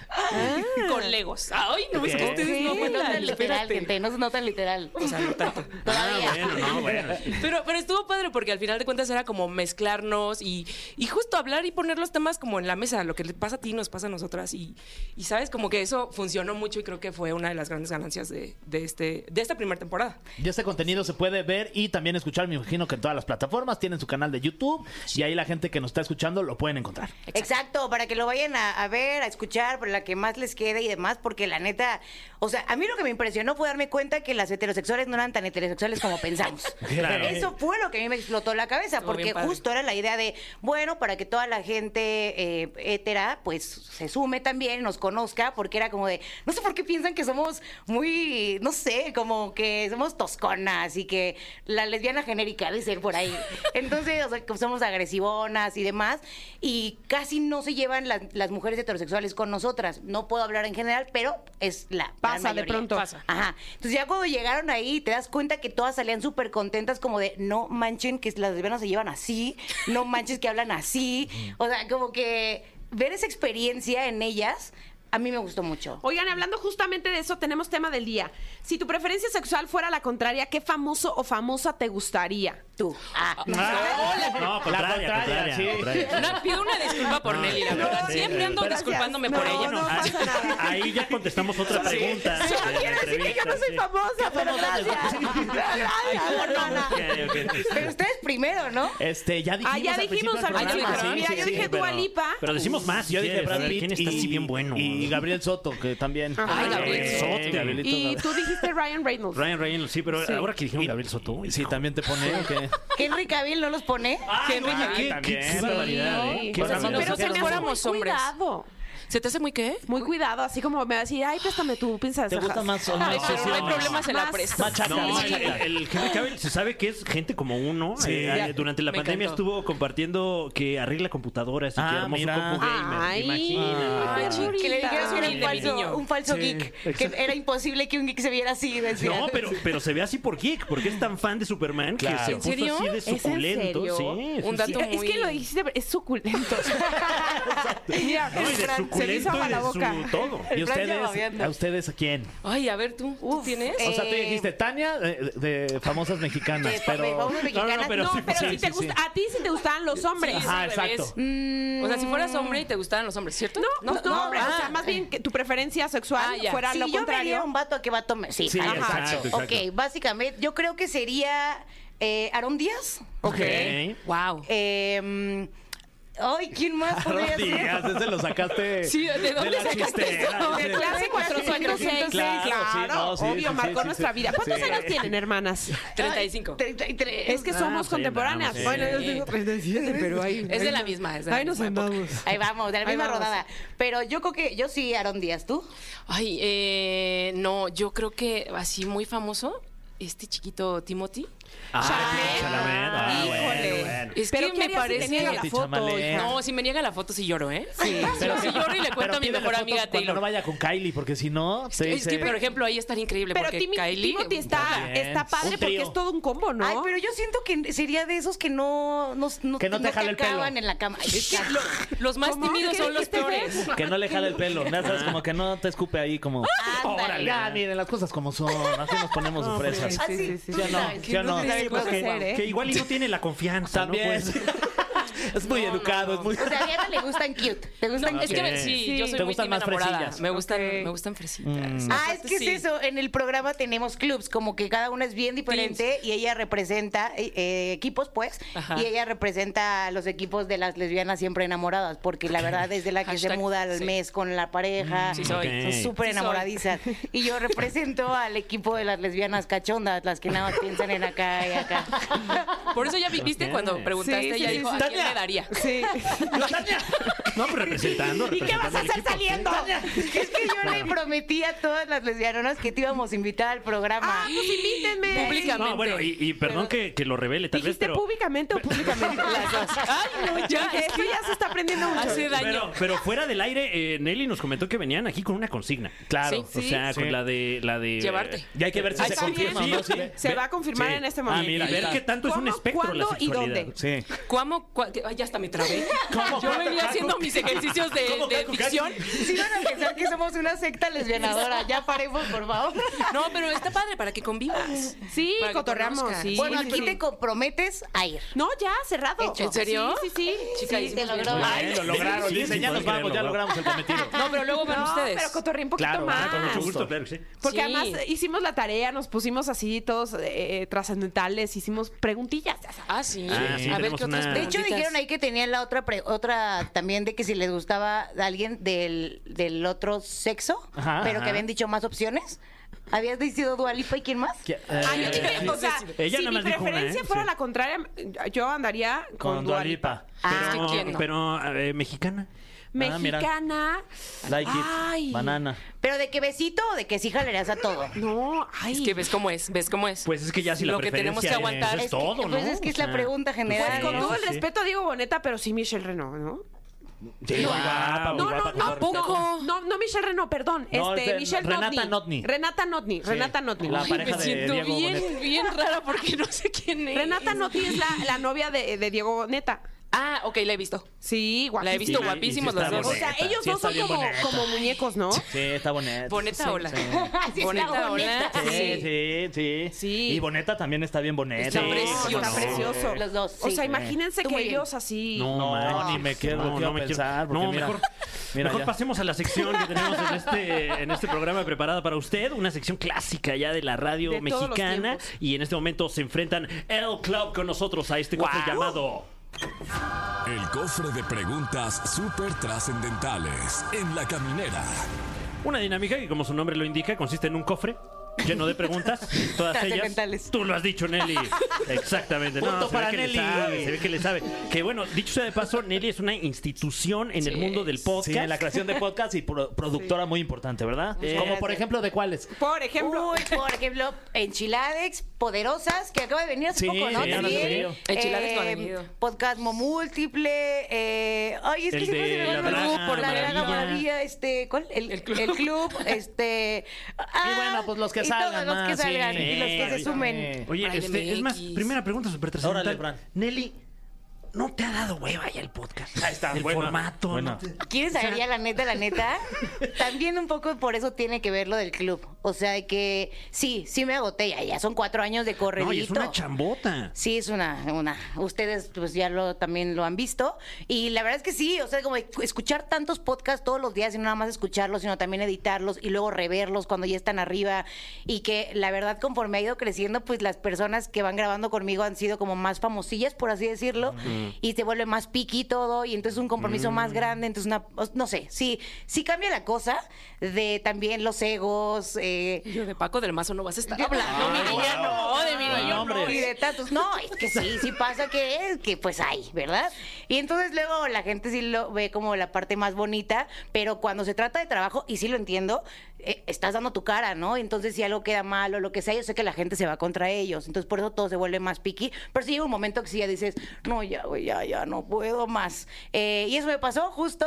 Speaker 7: Con legos. Ay, no, es que
Speaker 3: Ah. Ok.
Speaker 7: ustedes no,
Speaker 8: Sí,
Speaker 7: bueno,
Speaker 8: no tan literal,
Speaker 7: espérate.
Speaker 8: gente, no, no tan literal.
Speaker 7: O sea, no
Speaker 8: [laughs]
Speaker 7: tanto.
Speaker 3: Ah,
Speaker 8: Todavía.
Speaker 3: bueno, no, bueno.
Speaker 7: Pero, pero estuvo padre porque al final de cuentas era como mezclarnos y, y justo hablar y poner los temas como en la mesa. Lo que le pasa a ti nos pasa a nosotras. Y, y sabes, como que eso funcionó mucho y creo que fue una de las grandes ganancias de, de este, de esta primera temporada.
Speaker 4: Y este contenido se puede ver y también escuchar, me imagino que en todas las plataformas tienen su canal de YouTube y ahí la gente que nos está escuchando lo pueden encontrar.
Speaker 8: Exacto. para que lo vayan a, a ver, a escuchar, por la que más les quede y demás, porque la neta, o sea, a mí lo que me impresionó fue darme cuenta que las heterosexuales no eran tan heterosexuales
Speaker 7: [laughs]
Speaker 8: como pensamos.
Speaker 3: Claro.
Speaker 8: Eso fue lo que a mí me explotó la cabeza,
Speaker 7: Estuvo
Speaker 8: porque
Speaker 7: bien padre.
Speaker 8: justo era la idea de, bueno, para que toda la gente eh, hetera, pues se sume también, nos conozca, porque era como de, no sé por qué piensan que somos muy, no sé, como que somos tosconas y que la lesbiana genérica de ser
Speaker 7: [laughs]
Speaker 8: por ahí. Entonces, o sea, que somos agresivonas y demás, y casi no se llevan las, las mujeres heterosexuales con nosotras. No puedo hablar en general, pero es la gran
Speaker 2: Pasa de
Speaker 8: mayoría.
Speaker 2: pronto.
Speaker 7: Pasa.
Speaker 8: Ajá. Entonces ya cuando llegaron ahí, te das cuenta que todas salían súper contentas como de, no manchen que las lesbianas se llevan así, no manches que hablan así. O sea, como que ver esa experiencia en ellas, a mí me gustó mucho.
Speaker 2: Oigan, hablando justamente de eso, tenemos tema del día. Si tu preferencia sexual fuera la contraria, ¿qué famoso o famosa te gustaría?
Speaker 8: Tú. Ah.
Speaker 3: No, contraria,
Speaker 4: La
Speaker 3: contraria.
Speaker 4: contraria, sí.
Speaker 3: contraria.
Speaker 7: Una- pido una disculpa por
Speaker 3: No,
Speaker 7: Nelly, la
Speaker 3: sí,
Speaker 7: verdad.
Speaker 3: sí,
Speaker 7: Siempre
Speaker 3: sí.
Speaker 7: ando
Speaker 3: Gracias.
Speaker 7: disculpándome por
Speaker 2: No,
Speaker 7: ella.
Speaker 2: no
Speaker 3: Ah,
Speaker 2: pasa nada.
Speaker 3: Ahí ya contestamos otra pregunta.
Speaker 2: Sí,
Speaker 3: de la
Speaker 2: quiero decir que yo no soy
Speaker 3: entrevista,
Speaker 2: famosa, pero gracias. Gracias, hermana.
Speaker 3: sí. Ok, ok.
Speaker 8: Pero ustedes primero, ¿no?
Speaker 4: Este, ya dijimos
Speaker 2: Ah, ya
Speaker 4: al principio
Speaker 2: dijimos
Speaker 4: del
Speaker 2: al
Speaker 4: programa.
Speaker 2: principio.
Speaker 7: Ah, ya
Speaker 2: Mira,
Speaker 7: dijeron,
Speaker 2: yo
Speaker 7: sí,
Speaker 2: dije
Speaker 7: sí, pero-
Speaker 2: Dua Lipa.
Speaker 3: Pero decimos más. si
Speaker 4: Yo dije
Speaker 3: quieres, a
Speaker 4: Brad
Speaker 3: ver,
Speaker 4: Pitt
Speaker 3: ¿Quién está
Speaker 4: y-
Speaker 3: así bien bueno?
Speaker 4: Y Gabriel Soto, que también.
Speaker 2: Ajá. Ay, Gabriel
Speaker 3: Eh,
Speaker 4: Soto.
Speaker 3: Soto.
Speaker 4: Gabrielito.
Speaker 2: Y tú dijiste Ryan Reynolds.
Speaker 3: Ryan Reynolds, sí, pero
Speaker 2: Sí.
Speaker 3: ahora que dijeron Gabriel Soto.
Speaker 4: Sí,
Speaker 3: hijo.
Speaker 4: también te pone. ¿o qué?
Speaker 8: Que Henry Cavill no los pone.
Speaker 2: [laughs]
Speaker 3: Henry,
Speaker 7: oye,
Speaker 3: qué-
Speaker 4: también.
Speaker 3: qué- qué barbaridad, ¿eh? Qué
Speaker 7: O sea, si
Speaker 3: barbaridad.
Speaker 2: pero se me hace muy
Speaker 7: fuéramos hombres.
Speaker 2: cuidado.
Speaker 7: ¿Se te hace muy qué?
Speaker 2: Muy cuidado, así como me va a decir, ay, préstame tu pinza de
Speaker 4: ¿Te gusta
Speaker 2: cejas.
Speaker 4: más o
Speaker 7: Ay,
Speaker 4: más?
Speaker 7: pero no hay problema, se la
Speaker 2: Más-
Speaker 7: presta.
Speaker 4: más chaca,
Speaker 3: No,
Speaker 4: más
Speaker 3: el,
Speaker 4: chaca.
Speaker 3: el- el Henry Cavill se sabe que es gente como uno. eh,
Speaker 4: Ya.
Speaker 3: durante la
Speaker 7: Me
Speaker 3: pandemia
Speaker 7: encantó.
Speaker 3: estuvo compartiendo que arregla computadoras y
Speaker 4: Ah,
Speaker 3: que armó
Speaker 4: mira.
Speaker 3: su compu gamer.
Speaker 2: Ay,
Speaker 3: Imagina.
Speaker 2: qué bonita.
Speaker 8: Que le dijeron que era un
Speaker 7: Humilde, mi niño.
Speaker 8: falso, un falso
Speaker 4: Sí,
Speaker 8: geek. Que era imposible que un geek se viera así. decía.
Speaker 3: No, pero, pero se ve así por geek, porque es tan fan de Superman que
Speaker 4: Claro.
Speaker 3: se
Speaker 4: ¿En
Speaker 3: puso
Speaker 7: serio?
Speaker 3: así de
Speaker 2: ¿Es en
Speaker 3: suculento.
Speaker 2: serio?
Speaker 3: Sí, sí,
Speaker 7: Un dato
Speaker 3: sí.
Speaker 2: Sí, Es
Speaker 7: muy-
Speaker 2: que lo dijiste, es suculento. Mira,
Speaker 3: No, y de
Speaker 2: Fran, se le hizo
Speaker 3: suculento
Speaker 2: agua
Speaker 3: y de
Speaker 2: la boca.
Speaker 3: su todo.
Speaker 4: ¿Y
Speaker 8: El plan ya va
Speaker 4: ustedes?
Speaker 8: viendo.
Speaker 4: ¿A ustedes a quién?
Speaker 7: Ay, a ver, tú, ¿tú tienes?
Speaker 8: eh,
Speaker 4: O sea, tú dijiste Tania eh, de, famosas mexicanas,
Speaker 8: De-
Speaker 4: pero.
Speaker 8: de famosas mexicanas.
Speaker 3: No, no, pero
Speaker 2: No,
Speaker 3: sí,
Speaker 2: pero
Speaker 3: sí,
Speaker 2: si te
Speaker 3: sí, sí.
Speaker 2: gusta, a ti si te gustaban los hombres.
Speaker 7: Sí,
Speaker 4: Ajá,
Speaker 7: al revés.
Speaker 4: exacto.
Speaker 7: O sea, si fueras hombre y te gustaran los hombres, ¿cierto?
Speaker 2: No, no, no, hombre, o sea,
Speaker 7: ah.
Speaker 2: más bien que tu preferencia
Speaker 7: Ah,
Speaker 2: sexual
Speaker 7: ya.
Speaker 2: fuera
Speaker 8: si
Speaker 2: lo
Speaker 8: yo me diera
Speaker 2: contrario.
Speaker 8: un vato, ¿a qué vato me...? Sí,
Speaker 4: Sí,
Speaker 8: ajá.
Speaker 3: exacto, exacto.
Speaker 8: Ok, básicamente, yo creo que sería eh, Aarón Díaz.
Speaker 3: Ok.
Speaker 7: Wow.
Speaker 8: Eh, ay, ¿quién más podría ser?
Speaker 4: Rodríguez, ese lo sacaste.
Speaker 7: Sí, ¿de dónde
Speaker 4: la
Speaker 7: sacaste
Speaker 4: chistera,
Speaker 7: eso?
Speaker 4: sí.
Speaker 2: De clase 406,
Speaker 4: Claro,
Speaker 2: claro,
Speaker 4: sí, no, sí,
Speaker 2: obvio,
Speaker 4: sí,
Speaker 2: marcó
Speaker 4: sí, sí,
Speaker 2: nuestra
Speaker 4: sí.
Speaker 2: vida. ¿Cuántos
Speaker 4: Sí. Ah,
Speaker 2: años tienen, hermanas?
Speaker 7: 35.
Speaker 8: 33.
Speaker 2: Es que somos
Speaker 3: sí,
Speaker 2: contemporáneas.
Speaker 3: andamos, sí.
Speaker 2: Bueno, yo tengo 37, pero ahí.
Speaker 7: Es de la misma, es de la
Speaker 2: Ahí nos
Speaker 7: misma época.
Speaker 2: andamos.
Speaker 8: Ahí vamos, de la
Speaker 2: Ahí
Speaker 8: misma
Speaker 2: vamos.
Speaker 8: rodada. Pero yo creo que... Yo sí, Aarón Díaz. ¿Tú?
Speaker 7: Ay, eh, no, yo creo que así muy famoso, este chiquito Timothy.
Speaker 3: Ah,
Speaker 2: Chalamet.
Speaker 3: Chalamet. Ah,
Speaker 2: Híjole.
Speaker 3: bueno, bueno.
Speaker 7: Es
Speaker 2: Pero
Speaker 7: que
Speaker 2: ¿qué
Speaker 7: me
Speaker 2: harías si
Speaker 7: parece.
Speaker 2: te niega la
Speaker 4: Sí,
Speaker 2: foto,
Speaker 4: chamale.
Speaker 2: hija?
Speaker 7: No, si me niega la foto, sí lloro, ¿eh? Sí, sí lloro y le cuento a mi
Speaker 4: pídele
Speaker 7: mejor
Speaker 4: fotos
Speaker 7: amiga
Speaker 4: Cuando no
Speaker 7: Taylor.
Speaker 4: vaya con Kylie, porque si no.
Speaker 7: Es
Speaker 4: se
Speaker 7: que- Es que,
Speaker 4: dice-
Speaker 7: por ejemplo, ahí estaría increíble
Speaker 2: Pero
Speaker 7: porque
Speaker 2: Timi-
Speaker 7: Kylie.
Speaker 2: Timothy está,
Speaker 4: También.
Speaker 2: está padre
Speaker 4: Un
Speaker 2: porque
Speaker 4: trío.
Speaker 2: es todo un combo, ¿no?
Speaker 8: Ay, pero yo siento que sería de esos que no... No,
Speaker 4: Que no te jala el pelo.
Speaker 8: acaban en la cama. Ay, ya.
Speaker 7: Los más
Speaker 2: ¿Cómo?
Speaker 7: tímidos
Speaker 2: ¿Qué
Speaker 7: son los
Speaker 2: dijiste?
Speaker 7: peores.
Speaker 4: Que no le jale el pelo. Ya sabes, como que no te escupe ahí, como.
Speaker 7: Ah,
Speaker 8: Ándale.
Speaker 4: Ya, miren, las cosas como son. Así nos ponemos de fresas.
Speaker 8: Ah, sí, sí,
Speaker 4: Ya no,
Speaker 8: sabes,
Speaker 4: ya
Speaker 8: tú
Speaker 4: no.
Speaker 8: sabes cómo
Speaker 2: que-
Speaker 8: ser, ¿eh?
Speaker 3: Que igual y
Speaker 8: [laughs]
Speaker 3: no tiene la confianza, ¿no?
Speaker 4: También. [laughs]
Speaker 3: Pues,
Speaker 4: Es muy educado, es muy.
Speaker 8: O sea, a Diana le gustan cute. ¿Te gustan
Speaker 7: Es que me-
Speaker 4: Ah, Ok.
Speaker 7: sí, yo
Speaker 4: Te
Speaker 7: soy muy
Speaker 4: gustan
Speaker 7: team
Speaker 4: más
Speaker 7: enamorada.
Speaker 4: fresillas. Mm.
Speaker 7: Me gustan,
Speaker 2: Ok.
Speaker 7: me gustan fresitas.
Speaker 8: Ah, es que
Speaker 7: Sí.
Speaker 8: es eso. En el programa tenemos clubs, como que cada una es bien diferente y ella representa eh, eh, equipos, pues,
Speaker 7: Ajá.
Speaker 8: y ella representa a los equipos de las lesbianas siempre enamoradas, porque la verdad es de la que se
Speaker 7: Hashtag,
Speaker 8: muda al
Speaker 7: sí. Mm,
Speaker 8: mes con la pareja.
Speaker 7: Sí, soy.
Speaker 3: ok.
Speaker 8: Son súper
Speaker 7: Sí soy.
Speaker 8: enamoradizas. Y yo
Speaker 7: [laughs]
Speaker 8: represento al equipo de las lesbianas cachondas, las que nada más piensan en acá
Speaker 7: [laughs]
Speaker 8: y acá.
Speaker 7: Por eso ya viviste
Speaker 3: Ok.
Speaker 7: cuando preguntaste,
Speaker 2: Sí, sí,
Speaker 7: ya
Speaker 2: sí,
Speaker 7: dijo,
Speaker 2: [laughs] sí.
Speaker 7: ¿a quién le daría?
Speaker 2: Sí.
Speaker 3: No, pero representando,
Speaker 2: ¿Y qué vas a
Speaker 3: representando al
Speaker 2: hacer saliendo?
Speaker 3: equipo.
Speaker 8: Es que yo le prometí a todas las lesbianonas que te íbamos a invitar al
Speaker 2: Ah,
Speaker 8: programa.
Speaker 2: pues invítenme.
Speaker 7: Públicamente.
Speaker 3: No, bueno, y, y perdón que, que lo revele, tal vez,
Speaker 2: ¿Dijiste
Speaker 3: pero...
Speaker 2: públicamente o públicamente? Las dos. Ay, no, ya. Esto ya se está aprendiendo mucho.
Speaker 7: Hace daño.
Speaker 3: Pero, pero fuera del aire, eh, Nelly nos comentó que venían aquí con una consigna.
Speaker 7: Claro.
Speaker 3: O
Speaker 7: Sí,
Speaker 3: sea,
Speaker 4: sí.
Speaker 3: con la de... La de
Speaker 7: Llevarte.
Speaker 9: Ya hay que ver si
Speaker 7: Ahí
Speaker 9: se
Speaker 2: Está bien.
Speaker 9: confirma o no. sí.
Speaker 2: Se va a confirmar
Speaker 3: Sí.
Speaker 2: en este
Speaker 3: Ah,
Speaker 2: momento.
Speaker 3: mira, y ver qué tanto es un
Speaker 2: ¿Cómo,
Speaker 3: espectro la
Speaker 2: cuándo y
Speaker 3: sexualidad.
Speaker 2: dónde?
Speaker 4: Sí.
Speaker 7: ¿Cómo? cua- Ay, ya hasta me trabé. Yo venía haciendo mis ejercicios de, de ficción.
Speaker 8: Si van a pensar que somos una secta lesbianadora, ya paremos, por favor.
Speaker 7: No, pero está padre para que convivas.
Speaker 2: Sí,
Speaker 7: Para que
Speaker 2: cotorreamos.
Speaker 7: conozcas.
Speaker 2: Sí.
Speaker 8: Bueno,
Speaker 2: Sí,
Speaker 8: aquí
Speaker 2: sí.
Speaker 8: te comprometes a ir.
Speaker 2: No, ya, cerrado.
Speaker 8: Hecho.
Speaker 7: ¿En serio?
Speaker 2: Sí, sí, sí.
Speaker 7: Chica,
Speaker 2: Sí,
Speaker 7: hicimos
Speaker 8: te
Speaker 7: bien.
Speaker 8: logró.
Speaker 7: Muy bien.
Speaker 4: Ay, lo lograron.
Speaker 3: sí, sí,
Speaker 4: Dicen,
Speaker 3: sí,
Speaker 4: ya
Speaker 3: puedes
Speaker 4: nos
Speaker 3: creerlo,
Speaker 4: vamos, ya
Speaker 3: ¿no?
Speaker 4: logramos
Speaker 2: Ah,
Speaker 4: el cometido.
Speaker 7: No, pero luego van
Speaker 2: No,
Speaker 7: ustedes.
Speaker 2: pero cotorreé un poquito
Speaker 4: Claro,
Speaker 2: más.
Speaker 4: ah, con
Speaker 3: Mucho gusto, claro que sí.
Speaker 2: Porque
Speaker 7: Sí.
Speaker 2: además hicimos la tarea, nos pusimos así todos eh, trascendentales, hicimos preguntillas. ya sabes.
Speaker 7: Ah, sí.
Speaker 3: Ah, sí,
Speaker 7: a ver
Speaker 3: tenemos
Speaker 7: qué otras
Speaker 3: una-
Speaker 8: De hecho,
Speaker 7: preguntitas.
Speaker 8: dijeron ahí que tenían la otra pre- otra también de que si les gustaba a alguien del, del otro sexo,
Speaker 4: Ajá,
Speaker 8: pero
Speaker 4: ajá.
Speaker 8: que habían dicho más opciones. ¿Habías decidido Dualipa y quién más?
Speaker 4: ¿Qué- eh,
Speaker 2: Ah, yo dije, o sea,
Speaker 3: Ella
Speaker 2: si
Speaker 3: nada
Speaker 2: mi
Speaker 3: más dijo una,
Speaker 2: preferencia
Speaker 3: ¿eh?
Speaker 2: fuera
Speaker 3: Sí.
Speaker 2: la contraria, yo andaría con,
Speaker 4: Con
Speaker 2: Dua Lipa.
Speaker 4: Dualipa.
Speaker 8: Ah,
Speaker 7: es que quién
Speaker 3: Pero,
Speaker 7: no.
Speaker 3: pero, eh, mexicana.
Speaker 2: Mexicana.
Speaker 4: Ah, mira. Like
Speaker 2: Ay.
Speaker 4: it. Banana.
Speaker 8: ¿Pero de qué besito o de que sí jalerías a todo?
Speaker 2: No, ay.
Speaker 7: Es que ves cómo es, ves cómo es.
Speaker 3: Pues es que ya si la
Speaker 7: Lo que tenemos que
Speaker 3: preferencia
Speaker 7: aguantar
Speaker 3: es,
Speaker 8: Es que-
Speaker 3: todo, ¿no?
Speaker 8: pues es que es la pregunta general.
Speaker 2: Pues con
Speaker 3: Sí,
Speaker 2: todo el
Speaker 3: sí, sí.
Speaker 2: respeto a Diego Boneta, pero sí Michelle Renault, ¿no?
Speaker 4: Sí, muy guapa, muy
Speaker 2: No,
Speaker 4: guapa,
Speaker 2: no,
Speaker 4: con
Speaker 2: no,
Speaker 4: todo respeto.
Speaker 2: no, no, no Michelle Renault, perdón.
Speaker 4: No,
Speaker 2: este,
Speaker 4: es de-
Speaker 2: Michelle
Speaker 4: Renata
Speaker 2: Notni.
Speaker 4: Notni.
Speaker 2: Renata Notni. Renata pues Notni.
Speaker 4: La
Speaker 7: Ay,
Speaker 4: pareja
Speaker 7: me
Speaker 4: de
Speaker 7: siento
Speaker 4: Diego
Speaker 7: bien,
Speaker 4: Bonet.
Speaker 7: bien rara porque no sé quién es.
Speaker 2: Renata Notni es la, la novia de, de Diego Boneta.
Speaker 7: Ah, ok, la he visto.
Speaker 2: Sí,
Speaker 7: La he
Speaker 2: guapísima.
Speaker 7: visto
Speaker 4: sí,
Speaker 7: guapísimos
Speaker 4: sí está
Speaker 7: los
Speaker 2: O
Speaker 7: dos.
Speaker 2: sea,
Speaker 4: Boneta,
Speaker 2: ellos
Speaker 4: sí
Speaker 2: dos
Speaker 4: está
Speaker 2: son
Speaker 4: bien
Speaker 2: como,
Speaker 4: boneta.
Speaker 2: como muñecos, ¿no?
Speaker 4: Sí, está boneta.
Speaker 7: Boneta o la.
Speaker 8: [laughs] Sí, está
Speaker 7: Boneta o la.
Speaker 8: bonita.
Speaker 4: Sí, sí, sí,
Speaker 2: Sí.
Speaker 4: Y Boneta también está bien boneta.
Speaker 7: Está
Speaker 4: Sí,
Speaker 7: precioso.
Speaker 4: cómo no.
Speaker 2: Está precioso.
Speaker 8: Los dos,
Speaker 2: O
Speaker 8: sí.
Speaker 2: sea, imagínense
Speaker 7: Tú
Speaker 2: que
Speaker 7: muy bien.
Speaker 2: ellos así.
Speaker 3: No,
Speaker 4: No,
Speaker 3: manches,
Speaker 4: ni me quiero-
Speaker 3: no,
Speaker 4: quiero
Speaker 3: no me quiero-
Speaker 4: pensar, porque
Speaker 3: no,
Speaker 4: mira,
Speaker 3: mejor,
Speaker 4: mira
Speaker 3: mejor
Speaker 4: ya.
Speaker 3: pasemos a la sección que tenemos en este, en este programa preparada para usted, una sección clásica ya de la radio
Speaker 2: De todos los
Speaker 3: mexicana.
Speaker 2: tiempos.
Speaker 3: Y en este momento se enfrentan el club con nosotros a este cofre llamado.
Speaker 1: El cofre de preguntas súper trascendentales en la caminera.
Speaker 3: Una dinámica que, como su nombre lo indica, consiste en un cofre lleno de
Speaker 4: [laughs]
Speaker 3: preguntas, todas ellas.
Speaker 8: Trascendentales.
Speaker 3: Tú lo has dicho, Nelly. Exactamente.
Speaker 4: Punto
Speaker 3: se ve
Speaker 4: para
Speaker 3: que le
Speaker 4: Nelly.
Speaker 3: sabe, se ve que le sabe. Que bueno, dicho sea de paso, Nelly es una institución en el mundo del podcast.
Speaker 4: Sí, la creación de podcast y pro- productora muy importante, ¿verdad? Eh,
Speaker 9: Como por ejemplo, ¿de cuáles?
Speaker 2: Por ejemplo.
Speaker 8: Uy, por ejemplo, Enchiladex, Poderosas, que acaba de venir hace
Speaker 4: Sí,
Speaker 8: poco, ¿no?
Speaker 4: sí, ahora se
Speaker 8: También.
Speaker 4: vino.
Speaker 7: Enchiladex no ha venido.
Speaker 8: Podcast múltiple. Eh, ay, es que
Speaker 3: El
Speaker 8: siempre
Speaker 3: de
Speaker 8: se me va
Speaker 3: La
Speaker 8: el
Speaker 3: Draga
Speaker 8: nombre. La Draga
Speaker 3: Maravilla.
Speaker 8: Maravilla, este, ¿cuál? El,
Speaker 7: El
Speaker 8: el
Speaker 7: club.
Speaker 8: club.
Speaker 9: [laughs]
Speaker 8: este. ah,
Speaker 9: bueno, pues los que
Speaker 8: y
Speaker 9: salgan,
Speaker 8: Todos los que
Speaker 9: ah, sí.
Speaker 8: salgan y los que se
Speaker 3: Sí,
Speaker 4: E.
Speaker 8: sumen.
Speaker 3: Oye,
Speaker 7: Ay,
Speaker 3: este, es más,
Speaker 7: MX.
Speaker 3: primera pregunta súper trascendental.
Speaker 4: Órale, Fran.
Speaker 3: Nelly, ¿no te ha dado hueva ya el podcast? Ahí está, El
Speaker 4: buena,
Speaker 3: formato.
Speaker 4: buena.
Speaker 3: ¿no te-
Speaker 8: ¿Quieres saber ya la neta,
Speaker 9: [laughs]
Speaker 8: la neta? También un poco por eso tiene que ver lo del club. O sea, de que sí, sí me agoté ya, ya son cuatro años de corredito.
Speaker 3: No, y es una chambota.
Speaker 8: Sí, es una, una. Ustedes pues ya lo también lo han visto. Y la verdad es que sí, o sea, como escuchar tantos podcasts todos los días y no nada más escucharlos, sino también editarlos y luego reverlos cuando ya están arriba. Y que la verdad, conforme ha ido creciendo, pues las personas que van grabando conmigo han sido como más famosillas, por así decirlo, y se vuelve más piqui todo, y entonces un compromiso más grande, entonces una, o- no sé, sí, sí cambia la cosa de también los egos, eh,
Speaker 7: Yo de Paco del Mazo no vas a estar
Speaker 8: Yo-
Speaker 7: hablando.
Speaker 3: Ah,
Speaker 8: Ay,
Speaker 7: mira, ya
Speaker 8: guau.
Speaker 7: no, de mí no,
Speaker 8: Ay,
Speaker 7: yo no.
Speaker 8: hombre. Y de tantos. No, es que sí, sí pasa que es, que pues hay, ¿verdad? Y entonces luego la gente sí lo ve como la parte más bonita, pero cuando se trata de trabajo, y sí lo entiendo, eh, estás dando tu cara, ¿no? Entonces si algo queda mal o lo que sea, yo sé que la gente se va contra ellos. Entonces por eso todo se vuelve más piqui. Pero sí llega un momento que sí ya dices, no, ya, güey, ya, ya, no puedo más. Eh, y eso me pasó justo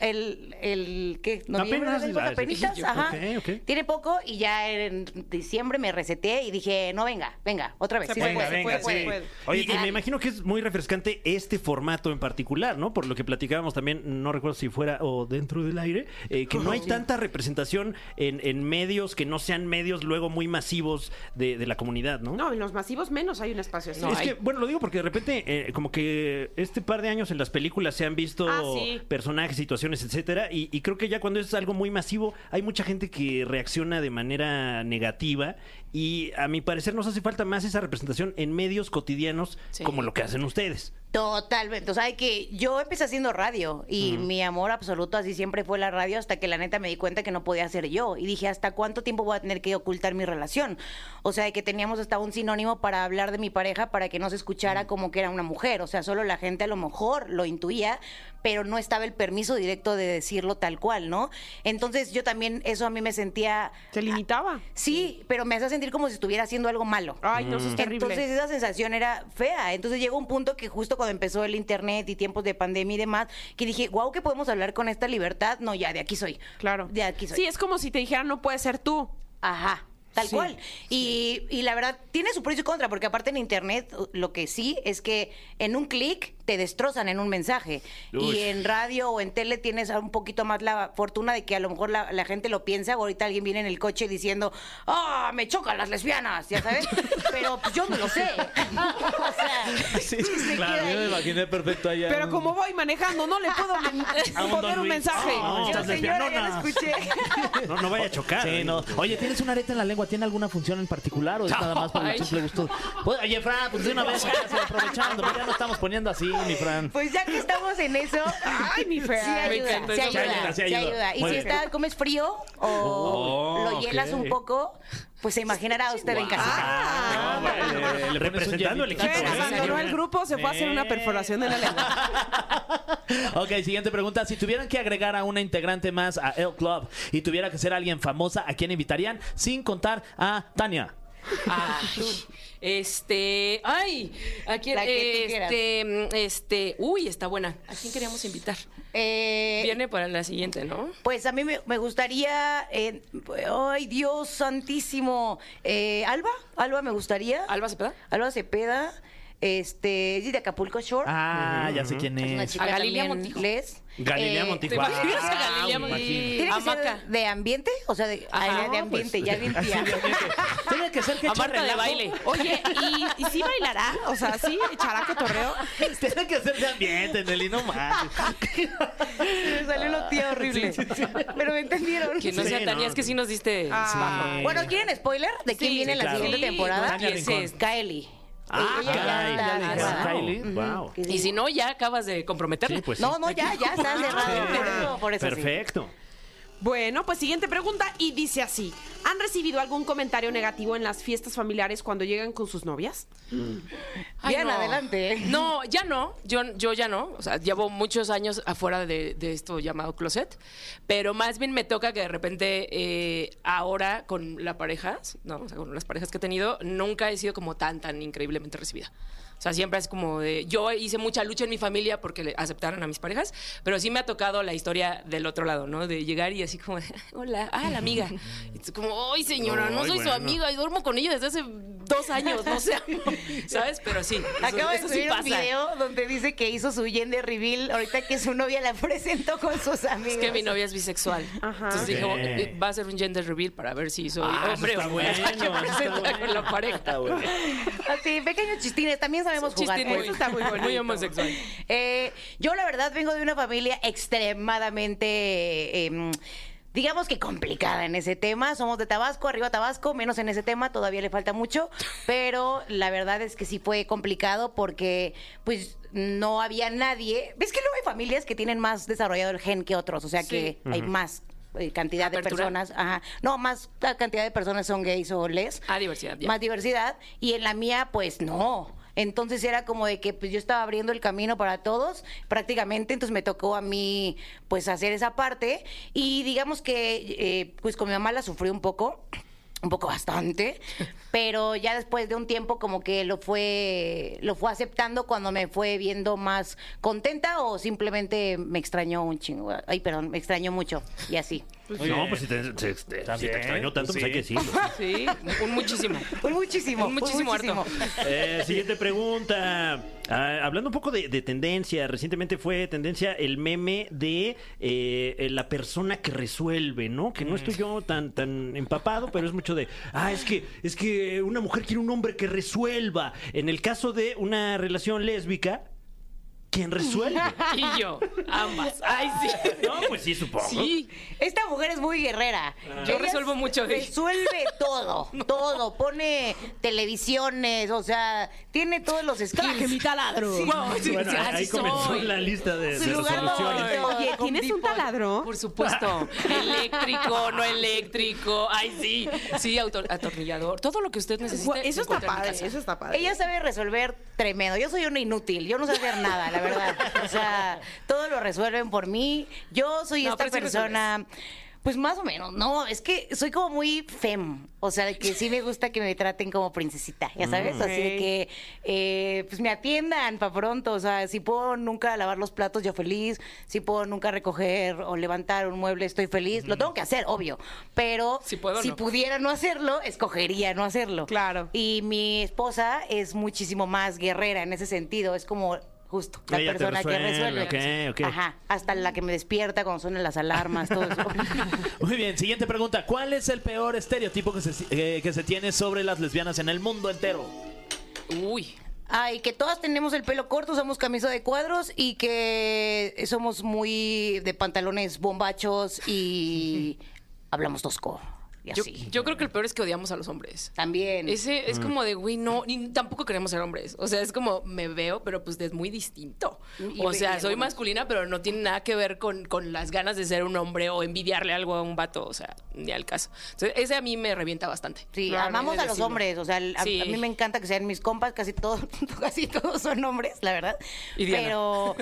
Speaker 8: el, el ¿qué? Noviembre,
Speaker 3: Apenas,
Speaker 8: ¿no?
Speaker 3: ah,
Speaker 8: Apenitas,
Speaker 3: sí,
Speaker 8: ajá.
Speaker 3: ok, ok.
Speaker 8: Tiene poco y ya en diciembre me reseté y dije, no, venga, venga, otra vez.
Speaker 2: Se
Speaker 8: sí
Speaker 2: puede,
Speaker 8: se
Speaker 4: Venga,
Speaker 2: se
Speaker 4: venga,
Speaker 2: puede,
Speaker 4: sí.
Speaker 2: se puede.
Speaker 3: Oye,
Speaker 8: Oye,
Speaker 3: y me
Speaker 8: ah.
Speaker 3: imagino que es muy refrescante este formato en particular, ¿no? Por lo que platicábamos también, no recuerdo si fuera o dentro del aire, eh, que no hay tanta representación en, en medios que no sean medios luego muy masivos de, de la comunidad, ¿no?
Speaker 2: No, en los masivos menos hay un espacio así.
Speaker 3: es que, bueno, lo digo porque de repente, eh, como que este par de años en las películas se han visto
Speaker 2: Ah, sí.
Speaker 3: personajes, situaciones, etcétera, y, y creo que ya cuando es algo muy masivo, hay mucha gente que reacciona de manera negativa, y a mi parecer nos hace falta más esa representación en medios cotidianos
Speaker 2: [laughs]
Speaker 7: Sí.
Speaker 3: como lo que hacen ustedes.
Speaker 8: Totalmente. O sea, de que yo empecé haciendo radio y mi amor absoluto así siempre fue la radio hasta que la neta me di cuenta que no podía ser yo. Y dije, ¿hasta cuánto tiempo voy a tener que ocultar mi relación? O sea, de que teníamos hasta un sinónimo para hablar de mi pareja para que no se escuchara como que era una mujer. O sea, solo la gente a lo mejor lo intuía, pero no estaba el permiso directo de decirlo tal cual, ¿no? Entonces yo también, eso a mí me sentía...
Speaker 2: ¿Te limitaba?
Speaker 8: Sí, pero me hacía sentir como si estuviera haciendo algo malo. Mm.
Speaker 2: Ay, no, eso es terrible.
Speaker 8: Entonces esa sensación era fea. Entonces llegó un punto que justo cuando empezó el internet y tiempos de pandemia y demás, que dije, wow, que podemos hablar con esta libertad. No, ya, de aquí soy.
Speaker 2: claro.
Speaker 8: De aquí soy.
Speaker 2: Sí, es como si te dijeran no puedes ser tú.
Speaker 8: Ajá. Tal
Speaker 2: Sí,
Speaker 8: cual. Y, y la verdad, tiene su pro y su contra, porque aparte en internet lo que sí es que en un clic te destrozan en un mensaje.
Speaker 3: Uy.
Speaker 8: Y en radio o en tele tienes un poquito más la fortuna de que a lo mejor la, la gente lo piensa. o Ahorita alguien viene en el coche diciendo, ¡ah, me chocan las lesbianas! Ya sabes. Pero pues, yo no lo sé. o sea, se
Speaker 4: claro,
Speaker 8: queda
Speaker 4: yo me
Speaker 8: ahí.
Speaker 4: imaginé perfecto allá.
Speaker 2: Pero
Speaker 4: un- [laughs]
Speaker 2: como voy manejando, no le puedo men-
Speaker 3: A un
Speaker 2: poner
Speaker 3: Don
Speaker 2: un
Speaker 3: Luis.
Speaker 2: mensaje.
Speaker 3: No,
Speaker 2: Yo,
Speaker 3: estás
Speaker 2: señora, ya lo
Speaker 3: lesbianona.
Speaker 2: escuché.
Speaker 3: No, no vaya a chocar.
Speaker 4: Sí, no. Oye, ¿tienes un arete en la lengua? ¿Tiene alguna función en particular o es nada más para el
Speaker 7: Ay.
Speaker 4: simple gusto? Pues, oye, Fran, pues de una vez casi aprovechando, pero ya no estamos poniendo así, mi Fran.
Speaker 8: Pues ya que estamos en eso,
Speaker 2: Ay, mi
Speaker 8: sí
Speaker 2: fea.
Speaker 7: Me
Speaker 8: ayuda,
Speaker 7: encantó
Speaker 8: sí
Speaker 7: eso.
Speaker 8: ayuda,
Speaker 4: ayuda,
Speaker 7: Sí
Speaker 4: sí
Speaker 8: sí
Speaker 4: ayuda.
Speaker 8: ayuda. Y
Speaker 4: Muy
Speaker 8: si
Speaker 4: bien.
Speaker 8: está, comes frío o
Speaker 3: Oh,
Speaker 8: lo hielas
Speaker 3: ok.
Speaker 8: un poco, pues se imaginará usted en casa.
Speaker 3: Ah,
Speaker 4: bueno, eh,
Speaker 3: bueno,
Speaker 4: le pones un
Speaker 3: representando el
Speaker 4: hielito.
Speaker 3: equipo.
Speaker 2: Fer
Speaker 4: Fran
Speaker 3: ¿eh?
Speaker 2: abandonó el grupo, se fue a hacer una perforación de la lengua.
Speaker 4: ¿eh? Ok, siguiente pregunta. Si tuvieran que agregar a una integrante más a El Club y tuviera que ser alguien famosa, ¿a quién invitarían? Sin contar a Tania.
Speaker 7: Ay, este, ay, ¿a quién?
Speaker 8: La que tú quieras.
Speaker 7: este, mm, este, uy, está buena. ¿A quién queríamos invitar?
Speaker 8: Eh,
Speaker 7: Viene para la siguiente, ¿no?
Speaker 8: Pues a mí me, me gustaría, eh, ay Dios santísimo, eh, Alba, Alba me gustaría,
Speaker 7: Alba Cepeda.
Speaker 8: Alba Cepeda, este, es de Acapulco Shore,
Speaker 4: Ah, ya sé quién
Speaker 8: es una
Speaker 4: es.
Speaker 8: chica
Speaker 7: A Galilea
Speaker 8: también
Speaker 7: Montijo.
Speaker 8: inglés.
Speaker 3: Galilea
Speaker 8: Eh,
Speaker 7: ¿Te
Speaker 3: Montijo.
Speaker 7: imaginas a
Speaker 3: me
Speaker 7: Galilea Montijo?
Speaker 8: Tiene que
Speaker 7: Hamaca.
Speaker 8: ser de ambiente, o sea, de,
Speaker 7: Ajá,
Speaker 8: de ambiente, ya limpia. [laughs]
Speaker 4: Tiene
Speaker 9: [laughs]
Speaker 4: que ser que
Speaker 7: A
Speaker 4: echa
Speaker 7: Marta de
Speaker 4: relajo.
Speaker 7: baile.
Speaker 2: Oye, ¿y, ¿y sí bailará? O sea, ¿sí echará cotorreo?
Speaker 4: Tiene que ser de ambiente, Nelly, no más.
Speaker 8: [laughs] Me salió lo tía horrible. Pero me entendieron.
Speaker 7: Que no
Speaker 3: Sí,
Speaker 7: sea Tania,
Speaker 3: no.
Speaker 7: es que sí nos diste.
Speaker 2: Ah,
Speaker 8: Bueno, ¿quieren spoiler de quién
Speaker 7: Sí,
Speaker 8: viene
Speaker 7: sí,
Speaker 8: la
Speaker 7: claro.
Speaker 8: siguiente
Speaker 7: Sí,
Speaker 8: temporada?
Speaker 7: no empieces.
Speaker 8: Kylie.
Speaker 3: Ah,
Speaker 8: Ella ya
Speaker 3: caray,
Speaker 8: está
Speaker 3: ya le dijeron,
Speaker 8: cerrada.
Speaker 3: Kylie,
Speaker 8: Ujú.
Speaker 3: wow.
Speaker 8: Que sí.
Speaker 7: Y si no, ya acabas de comprometerla.
Speaker 3: Sí, pues sí.
Speaker 8: No, no, ya, ya está cerrado. Por eso, por eso sí.
Speaker 3: Perfecto.
Speaker 2: Bueno, pues siguiente pregunta y dice así. ¿Han recibido algún comentario negativo en las fiestas familiares cuando llegan con sus novias?
Speaker 7: Ay,
Speaker 8: Bien, adelante.
Speaker 7: No, ya no. Yo, yo ya no. O sea, llevo muchos años afuera de, de esto llamado closet. Pero más bien me toca que de repente eh, ahora con las parejas, no, o sea, con las parejas que he tenido, nunca he sido como tan, tan increíblemente recibida. O sea, siempre es como de. Yo hice mucha lucha en mi familia porque le aceptaron a mis parejas, pero sí me ha tocado la historia del otro lado, ¿no? De llegar y así como, de, [laughs] hola, ah,
Speaker 3: [laughs]
Speaker 7: la amiga. Y tú como, ay, señora, no
Speaker 3: Ay,
Speaker 7: soy
Speaker 3: bueno.
Speaker 7: su amiga y duermo con ella desde hace dos años, no sé. [laughs] ¿Sabes? Pero sí. eso-
Speaker 8: Acabo de
Speaker 7: eso sí
Speaker 8: subir un
Speaker 7: pasa.
Speaker 8: video donde dice que hizo su Yen de reveal ahorita que su novia la [laughs] presentó con sus amigos.
Speaker 7: Es que mi novia es bisexual.
Speaker 2: Ajá.
Speaker 7: Entonces dije,
Speaker 3: Ok.
Speaker 7: "Eh, va a ser un gender reveal para ver si soy
Speaker 3: Ah, eso
Speaker 7: hombre
Speaker 3: está
Speaker 7: o mujer [laughs]
Speaker 3: bueno,
Speaker 7: que
Speaker 3: está
Speaker 7: presenta con la pareja.
Speaker 8: [laughs] Así, pequeños chistines, también sabemos jugar.
Speaker 7: Chistín
Speaker 8: con
Speaker 7: muy-
Speaker 8: eso.
Speaker 2: está muy bonito.
Speaker 7: Muy homosexual.
Speaker 8: Eh, yo la verdad vengo de una familia extremadamente... eh, em, Digamos que complicada en ese tema. Somos de Tabasco, arriba Tabasco, menos en ese tema, todavía le falta mucho. Pero la verdad es que sí fue complicado porque, pues, no había nadie. ¿Ves que luego hay familias que tienen más desarrollado el gen que otros? O sea que hay más eh, cantidad
Speaker 7: Apertura.
Speaker 8: de personas. Ajá. No, más la cantidad de personas son gays o les.
Speaker 7: Ah, diversidad, ya.
Speaker 8: Más diversidad y en la mía pues no. Entonces era como de que pues yo estaba abriendo el camino para todos prácticamente, entonces me tocó a mí pues hacer esa parte y digamos que eh, pues con mi mamá la sufrí un poco, un
Speaker 7: [laughs]
Speaker 8: poco bastante, pero ya después de un tiempo como que lo fue lo fue aceptando cuando me fue viendo más contenta o simplemente me extrañó un chingo, ay perdón, me extrañó mucho y así.
Speaker 3: No, pues si te, se- se- si te
Speaker 4: También,
Speaker 3: extrañó tanto,
Speaker 4: pues,
Speaker 3: pues hay que
Speaker 4: sí.
Speaker 3: decirlo.
Speaker 7: Sí, un muchísimo.
Speaker 8: Un muchísimo,
Speaker 7: Un Pues [laughs] muchísimo
Speaker 8: un
Speaker 7: harto.
Speaker 3: Eh, siguiente pregunta. Ah, hablando un poco de, de tendencia, recientemente fue tendencia el meme de eh, eh, la persona que resuelve, ¿no? Que no estoy yo tan, tan empapado, pero es mucho de, ah, es que, es que una mujer quiere un hombre que resuelva. En el caso de una relación lésbica, quien
Speaker 7: [laughs]
Speaker 3: resuelve.
Speaker 7: Y yo, ambas. Ay, sí.
Speaker 3: No, pues sí, supongo.
Speaker 7: Sí.
Speaker 8: Esta mujer es muy guerrera.
Speaker 7: Yo
Speaker 8: Ella
Speaker 7: resuelvo mucho de-
Speaker 8: Resuelve todo, todo. Pone televisiones, o sea, tiene todos los
Speaker 2: Traje mi
Speaker 8: skills.
Speaker 2: taladro.
Speaker 8: Sí.
Speaker 7: Wow, sí,
Speaker 3: Bueno,
Speaker 7: sí,
Speaker 3: ahí,
Speaker 7: así
Speaker 3: ahí comenzó
Speaker 7: soy.
Speaker 3: la lista de,
Speaker 8: Su
Speaker 3: de
Speaker 8: lugar
Speaker 3: resoluciones.
Speaker 8: favorito.
Speaker 2: Oye,
Speaker 8: con
Speaker 2: ¿tienes un
Speaker 8: people.
Speaker 2: taladro?
Speaker 7: Por supuesto. Eléctrico, no eléctrico. Ay, sí. Sí, auto- atornillador. Todo lo que usted necesite.
Speaker 2: Eso está
Speaker 7: lo encuentra en mi
Speaker 2: padre,
Speaker 7: casa.
Speaker 2: eso está padre.
Speaker 8: Ella sabe resolver tremendo. Yo soy una inútil. Yo no sé hacer nada, la verdad. O sea, todo lo resuelven por mí. Yo soy
Speaker 7: No,
Speaker 8: esta
Speaker 7: pero sí
Speaker 8: persona. Pues más o menos, no, es que soy como muy fem, o sea, de que sí me gusta que me traten como princesita, ya sabes,
Speaker 7: Mm.
Speaker 8: así de que eh, pues me atiendan para pronto, o sea, si puedo nunca lavar los platos, yo feliz, si puedo nunca recoger o levantar un mueble, estoy feliz, lo tengo que hacer, obvio, pero
Speaker 7: Si puedo, no.
Speaker 8: pudiera no hacerlo, escogería no hacerlo.
Speaker 2: Claro.
Speaker 8: Y mi esposa es muchísimo más guerrera en ese sentido. Es como justo la
Speaker 3: Ella te
Speaker 8: persona
Speaker 3: resuelve,
Speaker 8: que resuelve.
Speaker 3: ok, ok.
Speaker 8: Ajá. Hasta la que me despierta cuando suenan las alarmas,
Speaker 3: [laughs]
Speaker 8: todo eso.
Speaker 9: Muy bien, siguiente pregunta. ¿Cuál es el peor estereotipo que se, eh, que se tiene sobre las lesbianas en el mundo entero?
Speaker 7: Uy.
Speaker 8: Ay, que todas tenemos el pelo corto, usamos camisa de cuadros y que somos muy de pantalones bombachos
Speaker 3: [laughs]
Speaker 8: y hablamos tosco. Y
Speaker 7: Yo,
Speaker 8: así.
Speaker 7: yo creo que el peor es que odiamos a los hombres.
Speaker 8: También.
Speaker 7: Ese es como de, güey, no, ni- tampoco queremos ser hombres. O sea, es como, me veo, pero pues es muy distinto.
Speaker 8: Y
Speaker 7: O
Speaker 8: ve-
Speaker 7: sea,
Speaker 8: y
Speaker 7: soy
Speaker 8: algunos-
Speaker 7: masculina, pero no tiene nada que ver con, con las ganas de ser un hombre o envidiarle algo a un vato. O sea, ni al caso. Entonces, ese a mí me revienta bastante.
Speaker 8: Sí,
Speaker 7: Claro,
Speaker 8: amamos
Speaker 7: he de
Speaker 8: a los
Speaker 7: decirlo.
Speaker 8: hombres, o sea, el- a,
Speaker 7: Sí.
Speaker 8: a mí me encanta que sean mis compas, casi todos, [laughs] casi todos son hombres, la verdad.
Speaker 7: Y Diana.
Speaker 8: Pero,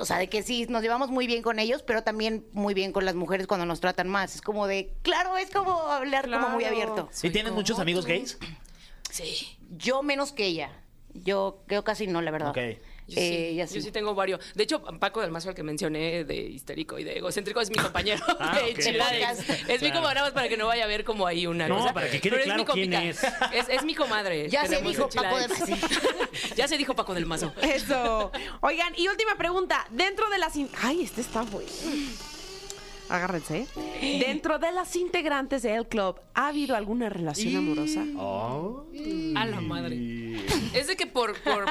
Speaker 8: o sea, de que sí, nos llevamos muy bien con ellos, pero también muy bien con las mujeres cuando nos tratan más. Es como de, claro, es como hablar como muy abierto.
Speaker 9: ¿Y tienes muchos amigos gays?
Speaker 8: [laughs]
Speaker 7: Sí.
Speaker 8: Yo menos que ella. Yo creo casi no, la verdad.
Speaker 9: Ok.
Speaker 7: Yo,
Speaker 8: Eh,
Speaker 7: sí,
Speaker 8: ella
Speaker 7: yo sí tengo varios. De hecho, Paco del Mazo, el que mencioné de histérico y de
Speaker 3: [laughs]
Speaker 7: egocéntrico, es mi compañero de
Speaker 3: Ah, ok.
Speaker 7: Chilades.
Speaker 8: Podcast.
Speaker 7: Es mi comadre, nada más para que no vaya a ver como ahí una
Speaker 3: No,
Speaker 7: cosa.
Speaker 3: para que quede
Speaker 7: Pero es
Speaker 3: claro
Speaker 7: mi compita.
Speaker 3: quién es.
Speaker 7: [laughs] es. es mi comadre.
Speaker 8: Ya se
Speaker 7: Tenemos
Speaker 8: dijo
Speaker 7: en Chilades.
Speaker 8: Paco del Mazo.
Speaker 7: [laughs]
Speaker 8: Eh.
Speaker 7: ya se dijo Paco del Mazo.
Speaker 2: Eso. Oigan, y última pregunta. Dentro de las. in- Ay, este está bueno. Agárrense. ¿eh? Dentro de las integrantes de El Club, ¿ha habido alguna relación amorosa?
Speaker 7: A la madre. Es de que por, por,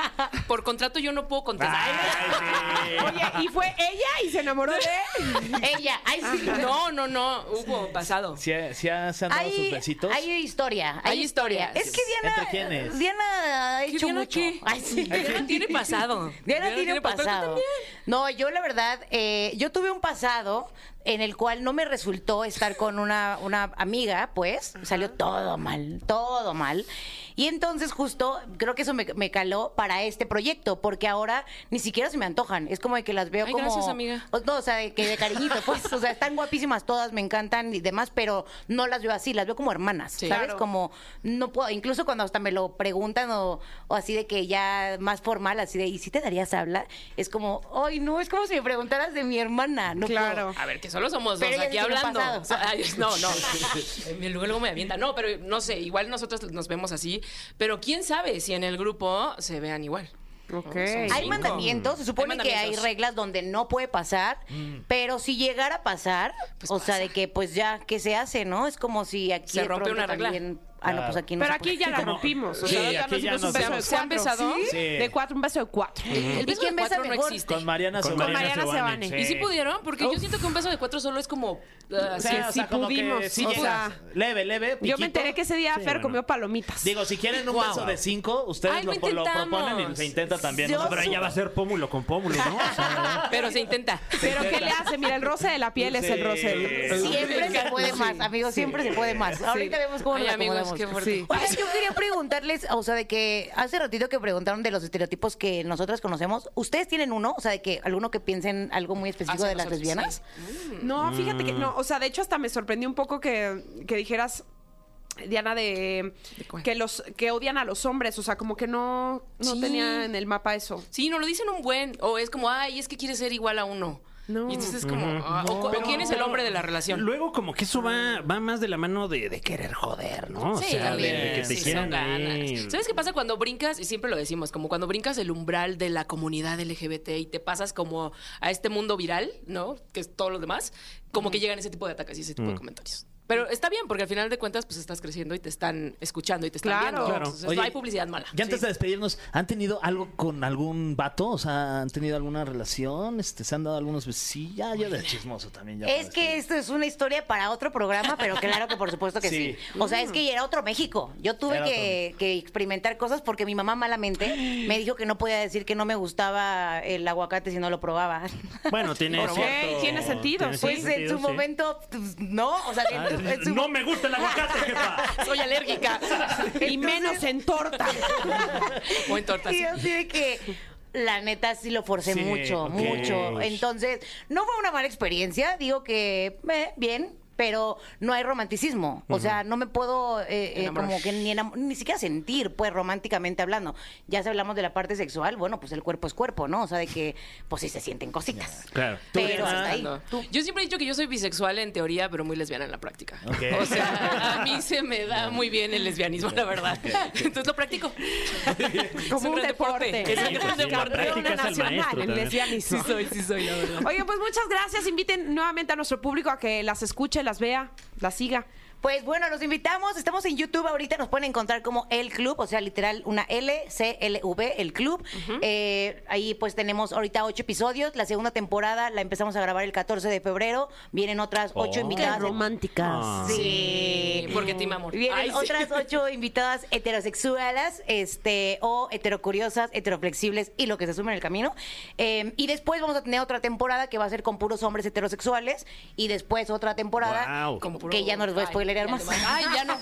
Speaker 7: por contrato yo no puedo contestar.
Speaker 2: Ah, Oye, y fue ella y se enamoró de.
Speaker 8: [laughs] Ella, ay, sí.
Speaker 7: [laughs] No, no, no. Hubo pasado.
Speaker 4: ¿Sí, sí ha- se han dado sus
Speaker 8: Hay,
Speaker 4: besitos?
Speaker 8: hay historia, hay,
Speaker 7: Hay
Speaker 8: historia.
Speaker 7: historia.
Speaker 8: Es que Diana,
Speaker 9: ¿Entre quiénes?
Speaker 8: Diana ha
Speaker 7: ¿Qué,
Speaker 8: hecho
Speaker 7: Diana,
Speaker 8: mucho.
Speaker 7: qué?
Speaker 8: Ay, sí.
Speaker 7: Diana tiene
Speaker 8: [laughs]
Speaker 7: pasado.
Speaker 8: Diana, tiene un
Speaker 7: ¿Tú
Speaker 8: pasado.
Speaker 7: también?
Speaker 8: No, yo la verdad, eh, yo tuve un pasado en el cual no me resultó estar con una, una amiga, pues salió todo mal, todo mal. Y entonces justo creo que eso me, me caló para este proyecto, porque ahora ni siquiera se me antojan. Es como de que las veo
Speaker 7: Ay,
Speaker 8: como...
Speaker 7: gracias, amiga.
Speaker 8: O- Pues No, o sea, de que de cariñito, pues, o sea, están guapísimas todas, me encantan y demás, pero no las veo así, las veo como hermanas,
Speaker 7: Sí.
Speaker 8: ¿sabes?
Speaker 7: Claro.
Speaker 8: Como no puedo, incluso cuando hasta me lo preguntan o, o así de que ya más formal, así de, ¿y si te darías habla? Es como, ay, no, es como si me preguntaras de mi hermana, no
Speaker 2: Claro.
Speaker 7: A ver, que solo somos dos
Speaker 8: Pero ya
Speaker 7: aquí
Speaker 8: tiene
Speaker 7: hablando.
Speaker 8: pasado.
Speaker 7: O sea, ay, No, no. [laughs] En mi lugar luego me avienta. No, pero no sé, igual nosotros nos vemos así. Pero quién sabe si en el grupo se vean igual.
Speaker 2: Ok.
Speaker 8: puedo. Hay
Speaker 7: Cinco.
Speaker 8: mandamientos, se supone
Speaker 7: Hay
Speaker 8: que hay
Speaker 7: mandamientos. Mm.
Speaker 8: reglas donde no puede pasar, pero si llegara a pasar,
Speaker 7: Pues
Speaker 8: o sea,
Speaker 7: pasa.
Speaker 8: de que pues ya, ¿qué se hace, no? Es como si aquí
Speaker 7: Se
Speaker 8: de
Speaker 7: rompe
Speaker 8: pronto
Speaker 7: una regla.
Speaker 8: también- Ah, no, pues aquí no
Speaker 2: Pero
Speaker 8: se
Speaker 2: aquí ya la rompimos. O
Speaker 9: Sí,
Speaker 2: sea, ahorita
Speaker 9: aquí
Speaker 2: nos
Speaker 9: ya
Speaker 2: dimos un
Speaker 9: nos
Speaker 2: beso de
Speaker 7: damos- ¿Se han
Speaker 2: cuatro.
Speaker 7: besado?
Speaker 2: ¿Sí?
Speaker 9: Sí.
Speaker 2: De cuatro, un beso de cuatro.
Speaker 7: El beso
Speaker 8: quién
Speaker 7: de
Speaker 8: besa
Speaker 7: cuatro no
Speaker 8: mejor?
Speaker 7: existe.
Speaker 9: Con Mariana
Speaker 3: Con
Speaker 9: Sobane.
Speaker 2: Mariana
Speaker 3: Seoane,
Speaker 2: Seoane.
Speaker 7: ¿Y si pudieron? Porque yo siento que un beso de cuatro solo es como...
Speaker 9: O
Speaker 7: ah,
Speaker 8: [laughs]
Speaker 7: sí,
Speaker 9: sea, o sea,
Speaker 2: sí
Speaker 9: como que
Speaker 2: pudimos,
Speaker 9: sí
Speaker 2: o
Speaker 9: llegas.
Speaker 2: sea,
Speaker 9: leve, leve.
Speaker 2: Yo
Speaker 9: piquito.
Speaker 2: me enteré que ese día
Speaker 3: Sí,
Speaker 2: Fer
Speaker 3: bueno.
Speaker 2: comió palomitas.
Speaker 9: Digo, si quieren un beso de cinco, ustedes
Speaker 7: Ay,
Speaker 9: lo,
Speaker 7: lo
Speaker 9: lo
Speaker 7: intentamos.
Speaker 9: proponen y se intenta también.
Speaker 8: Yo
Speaker 9: ¿no?
Speaker 3: Pero ahí ya va a ser pómulo con pómulo, ¿no? O sea,
Speaker 7: Pero se intenta.
Speaker 2: Pero ¿qué le hace? Mira, el roce de la piel es el roce. de-
Speaker 8: Siempre se puede más, amigos, siempre se puede más. Ahorita vemos cómo
Speaker 7: Ay,
Speaker 8: nos
Speaker 7: amigos,
Speaker 8: acomodamos.
Speaker 7: qué fuerte. Ah,
Speaker 8: Sí. Oigan, yo quería preguntarles, o sea, de que hace ratito que preguntaron de los estereotipos que nosotras conocemos, ¿ustedes tienen uno? O sea, de que alguno que piensen algo muy específico
Speaker 7: Hacia
Speaker 8: de las
Speaker 7: Ah, nosotros,
Speaker 8: lesbianas.
Speaker 2: No, fíjate
Speaker 3: Mm.
Speaker 2: que no, o sea, de hecho hasta me sorprendió un poco que, que dijeras, Diana, de,
Speaker 7: ¿De cuál?
Speaker 2: que los que odian a los hombres, o sea, como que no, no
Speaker 7: Sí.
Speaker 2: tenía en el mapa eso.
Speaker 7: Sí, no lo dicen un buen. O es como, ay, es que quiere ser igual a uno.
Speaker 2: No.
Speaker 7: Y entonces es como, ah, o, o quién es el hombre de la relación.
Speaker 3: Luego como que eso va, va más de la mano de, de querer joder, ¿no?
Speaker 7: Sí,
Speaker 3: o sea, de,
Speaker 7: también.
Speaker 3: de que te
Speaker 7: Sí, son
Speaker 3: quieran
Speaker 7: ganas.
Speaker 3: ahí.
Speaker 7: ¿Sabes qué pasa cuando brincas? Y siempre lo decimos, como cuando brincas el umbral de la comunidad LGBT y te pasas como
Speaker 3: Mm.
Speaker 7: a este mundo viral, ¿no? Que es todo lo demás, como que llegan ese tipo de ataques y ese tipo de comentarios. Pero está bien, porque al final de cuentas, pues estás creciendo y te están escuchando y te están
Speaker 2: Claro.
Speaker 7: viendo.
Speaker 2: Claro.
Speaker 7: Entonces,
Speaker 9: Oye,
Speaker 7: no hay publicidad mala.
Speaker 9: Ya antes
Speaker 7: Sí.
Speaker 9: de despedirnos, ¿han tenido algo con algún vato? O sea, ¿han tenido alguna relación? Este, ¿Se han dado algunos besos? Sí, ya, ya de chismoso también. Ya
Speaker 8: Es
Speaker 9: para
Speaker 8: que
Speaker 9: despedir.
Speaker 8: esto es una historia para otro programa, pero claro que por supuesto que sí. O sea, es que era otro México. Yo tuve
Speaker 9: Era
Speaker 8: que, que experimentar cosas porque mi mamá malamente me dijo que no podía decir que no me gustaba el aguacate si no lo probaba.
Speaker 3: Bueno, tiene
Speaker 2: Ok,
Speaker 3: cierto-
Speaker 2: tiene sentido, sí.
Speaker 8: [laughs] Pues en
Speaker 3: sentido,
Speaker 8: su
Speaker 3: sí.
Speaker 8: momento, pues, no. O sea, en tu- en su
Speaker 3: No me gusta el aguacate, jefa.
Speaker 7: [laughs] Soy alérgica.
Speaker 2: Y menos en torta.
Speaker 7: [laughs] o en tortas.
Speaker 8: Y yo así de que la neta sí lo forcé
Speaker 9: Sí,
Speaker 8: mucho,
Speaker 9: ok.
Speaker 8: mucho. Entonces, no fue una mala experiencia, digo que eh, bien. Pero no hay romanticismo. O sea, no me puedo eh, eh,
Speaker 7: Enamorar.
Speaker 8: como que ni, enam- ni siquiera sentir, pues, románticamente hablando. Ya si hablamos de la parte sexual, bueno, pues el cuerpo es cuerpo, ¿no? O sea, de que, pues sí se sienten cositas.
Speaker 3: Claro.
Speaker 8: Pero hasta ahí.
Speaker 7: Ando. Yo siempre he dicho que yo soy bisexual en teoría, pero muy lesbiana en la práctica.
Speaker 9: Ok.
Speaker 7: O sea, a mí se me da muy bien el lesbianismo, la verdad. Entonces
Speaker 3: [laughs]
Speaker 7: lo practico. [laughs] Es
Speaker 2: Como un
Speaker 7: gran
Speaker 2: deporte.
Speaker 7: Es un gran
Speaker 3: sí, la
Speaker 7: deporte.
Speaker 3: práctica es el maestro
Speaker 2: el
Speaker 3: también.
Speaker 7: Sí
Speaker 2: lesbianismo.
Speaker 7: soy, sí soy, la verdad.
Speaker 2: Oigan, pues muchas gracias. Inviten nuevamente a nuestro público a que las escuche, las vea, las siga.
Speaker 8: Pues bueno, los invitamos. Estamos en YouTube ahorita. Nos pueden encontrar como El Club, o sea, literal, una L, C, L, V, El Club. Eh, ahí pues tenemos ahorita ocho episodios. La segunda temporada la empezamos a grabar el 14 de febrero. Vienen otras ocho invitadas.
Speaker 2: románticas.
Speaker 7: Sí, Eh, porque te amor.
Speaker 8: Vienen
Speaker 7: Ay, sí.
Speaker 8: otras
Speaker 7: [laughs]
Speaker 8: ocho invitadas heterosexuales, este, o heterocuriosas, heteroflexibles y lo que se sume en el camino. Eh, y después vamos a tener otra temporada que va a ser con puros hombres heterosexuales. Y después otra temporada
Speaker 3: Guau.
Speaker 7: Como puro-
Speaker 8: que ya no les voy a
Speaker 7: Ay,
Speaker 8: spoilerear
Speaker 7: ya
Speaker 8: más. [laughs]
Speaker 7: no más. Ay, ya no.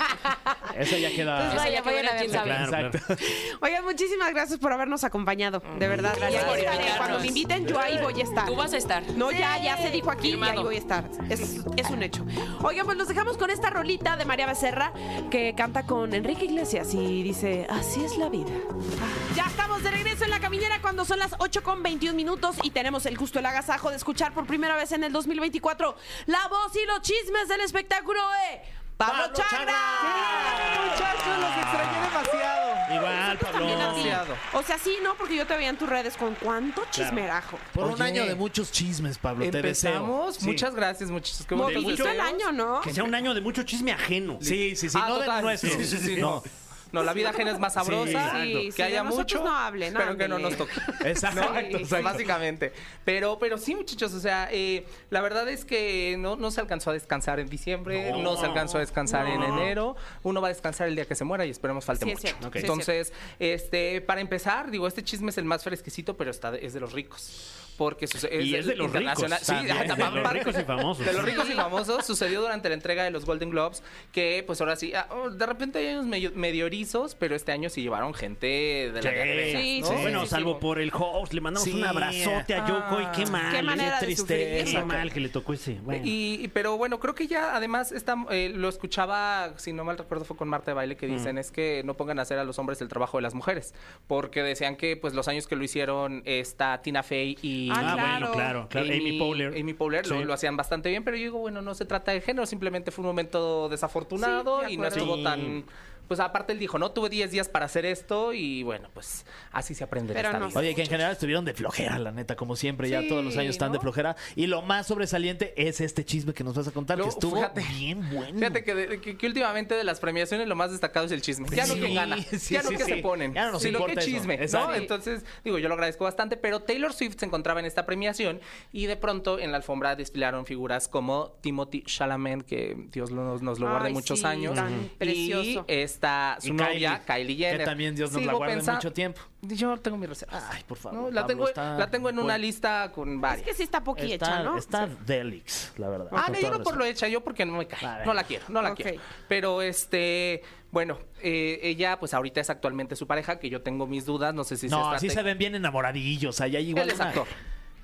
Speaker 9: Eso ya queda.
Speaker 8: Pues
Speaker 7: Eso ya que
Speaker 8: Vaya, vayan
Speaker 7: bueno,
Speaker 8: a
Speaker 7: quién
Speaker 8: verlo.
Speaker 7: sabe.
Speaker 3: Claro, claro.
Speaker 2: Oigan, muchísimas gracias por habernos acompañado. De verdad,
Speaker 7: Mm, Gracias
Speaker 2: Yo
Speaker 7: por
Speaker 2: estaré.
Speaker 7: invitarnos.
Speaker 2: Cuando me inviten, yo ahí voy a estar.
Speaker 7: Tú vas a estar.
Speaker 2: No, ya, ya se dijo aquí y ahí
Speaker 7: Firmado.
Speaker 2: voy a estar. Es, es un hecho. Oigan, pues los dejamos con esta rolita de María Becerra que canta con Enrique Iglesias y dice, así es la vida. Ya estamos de regreso en la caminera cuando son las 8 con 21 minutos y tenemos el gusto, el agasajo de escuchar por primera vez en el 2024 la voz y los chismes del espectáculo de Pablo,
Speaker 9: ¡Pablo
Speaker 2: Chagra.
Speaker 10: Muchachos, los extrañé demasiado.
Speaker 9: Igual, Pablo.
Speaker 2: También a ti.
Speaker 10: Demasiado.
Speaker 2: O sea, sí, ¿no? Porque yo te veía en tus redes con cuánto chismerajo.
Speaker 9: Por un
Speaker 10: Oye.
Speaker 9: año de muchos chismes, Pablo.
Speaker 10: Empezamos.
Speaker 9: Te deseo.
Speaker 10: Muchas gracias, muchachos. Qué bonitos
Speaker 2: Movimiento el
Speaker 10: deseos.
Speaker 2: año, ¿no? Ah,
Speaker 3: Que sea un año de mucho chisme ajeno.
Speaker 9: Sí, sí, sí.
Speaker 10: Ah,
Speaker 9: no de
Speaker 10: total.
Speaker 9: nuestro.
Speaker 10: Sí, sí, sí, no.
Speaker 9: No.
Speaker 10: No, la vida ajena es más sabrosa.
Speaker 2: Sí,
Speaker 10: que
Speaker 2: sí, sí, de
Speaker 10: haya
Speaker 2: nosotros
Speaker 10: mucho.
Speaker 2: no hable, no,
Speaker 10: pero que no
Speaker 2: ándele.
Speaker 10: nos toque. [laughs]
Speaker 9: Exacto,
Speaker 10: ¿no?
Speaker 9: exacto.
Speaker 10: Básicamente. Pero, pero sí, muchachos, o sea, eh, la verdad es que no, no se alcanzó a descansar en diciembre, no, se alcanzó a descansar en enero. Uno va a descansar el día que se muera y esperemos falte
Speaker 2: Sí, es
Speaker 10: mucho.
Speaker 2: cierto, Ok. sí, es
Speaker 10: Entonces, este, para empezar, digo, este chisme es el más fresquecito, pero está de- es de los ricos. Porque suce-
Speaker 3: Y es de los
Speaker 10: internacional.
Speaker 3: ricos
Speaker 10: [laughs] Sí,
Speaker 3: también, de los
Speaker 10: aparte-
Speaker 3: ricos y famosos.
Speaker 10: De
Speaker 3: [laughs]
Speaker 10: los ricos y famosos sucedió durante la entrega de los Golden Globes, que pues ahora sí, ah, oh, de repente hay unos medio, medio erizos, pero este año sí llevaron gente de la de veras,
Speaker 2: Sí,
Speaker 10: ¿no?
Speaker 2: sí,
Speaker 3: bueno,
Speaker 2: sí,
Speaker 3: salvo
Speaker 2: sí.
Speaker 3: por el host, le mandamos un abrazote a Yoko y qué mal.
Speaker 2: Qué manera de sufrir.
Speaker 3: Qué mal que le tocó ese. Bueno.
Speaker 10: Y, y- pero bueno, creo que ya además esta, eh, lo escuchaba, si no mal recuerdo, fue con Marta de Baile
Speaker 3: Mm.
Speaker 10: que dicen es que no pongan a hacer a los hombres el trabajo de las mujeres, porque decían que pues los años que lo hicieron esta Tina Fey y
Speaker 2: Ah,
Speaker 3: ah,
Speaker 2: claro.
Speaker 3: bueno, claro, claro. Amy, Powler.
Speaker 10: Amy Powler lo,
Speaker 3: Sí.
Speaker 10: lo hacían bastante bien, pero yo digo, bueno, no se trata de género, simplemente fue un momento desafortunado
Speaker 2: Sí, de
Speaker 10: y no
Speaker 2: acuerdo.
Speaker 10: estuvo
Speaker 3: Sí.
Speaker 10: tan... Pues aparte él dijo, no, tuve 10 días para hacer esto y bueno, pues así se aprende. en
Speaker 2: Pero
Speaker 10: esta
Speaker 2: no.
Speaker 10: vida.
Speaker 9: Oye, que en general estuvieron de flojera, la neta, como siempre, ya
Speaker 2: Sí,
Speaker 9: todos los años están de
Speaker 2: ¿no?
Speaker 9: flojera. Y lo más sobresaliente es este chisme que nos vas a contar,
Speaker 10: Luego,
Speaker 9: que estuvo
Speaker 10: fíjate,
Speaker 9: bien bueno.
Speaker 10: Fíjate que, de- que- que últimamente de las premiaciones lo más destacado es el chisme. Ya
Speaker 9: Sí,
Speaker 10: no que gana,
Speaker 9: sí,
Speaker 10: ya no
Speaker 9: sí,
Speaker 10: que
Speaker 9: sí.
Speaker 10: se ponen,
Speaker 9: Ya no nos
Speaker 10: sino que
Speaker 9: importa eso.
Speaker 10: chisme. ¿no?
Speaker 9: Exacto.
Speaker 10: Entonces, digo, yo lo agradezco bastante, pero Taylor Swift se encontraba en esta premiación y de pronto en la alfombra desfilaron figuras como Timothy Chalamet, que Dios lo- nos, nos lo guarde
Speaker 2: Ay,
Speaker 10: muchos
Speaker 2: sí,
Speaker 10: años,
Speaker 2: tan
Speaker 10: y
Speaker 2: precioso.
Speaker 10: está
Speaker 9: Y
Speaker 10: su novia, Kylie, Jenner.
Speaker 9: Que también Dios nos la
Speaker 10: Sigo
Speaker 9: guarde
Speaker 10: pensa-
Speaker 9: mucho tiempo.
Speaker 10: Yo tengo mis reservas.
Speaker 9: Ay, por favor,
Speaker 10: No, la,
Speaker 9: Pablo,
Speaker 10: tengo,
Speaker 9: está
Speaker 10: la tengo en una
Speaker 9: bueno.
Speaker 10: lista con
Speaker 2: Es
Speaker 10: varias.
Speaker 2: que sí está poquilla
Speaker 9: Está,
Speaker 2: hecha, ¿no?
Speaker 9: está Delix, la verdad.
Speaker 10: Ah,
Speaker 9: con
Speaker 10: no,
Speaker 9: todo
Speaker 10: yo no por
Speaker 9: respeto.
Speaker 10: lo hecha, yo porque no me cae.
Speaker 9: Vale.
Speaker 10: No la quiero, no la
Speaker 2: Ok.
Speaker 10: quiero. Pero este, bueno, eh, ella, pues ahorita es actualmente su pareja, que yo tengo mis dudas, no sé si
Speaker 9: No,
Speaker 10: se
Speaker 9: así se ven bien enamoradillos. Allá igual.
Speaker 10: Él es
Speaker 9: una-
Speaker 10: actor.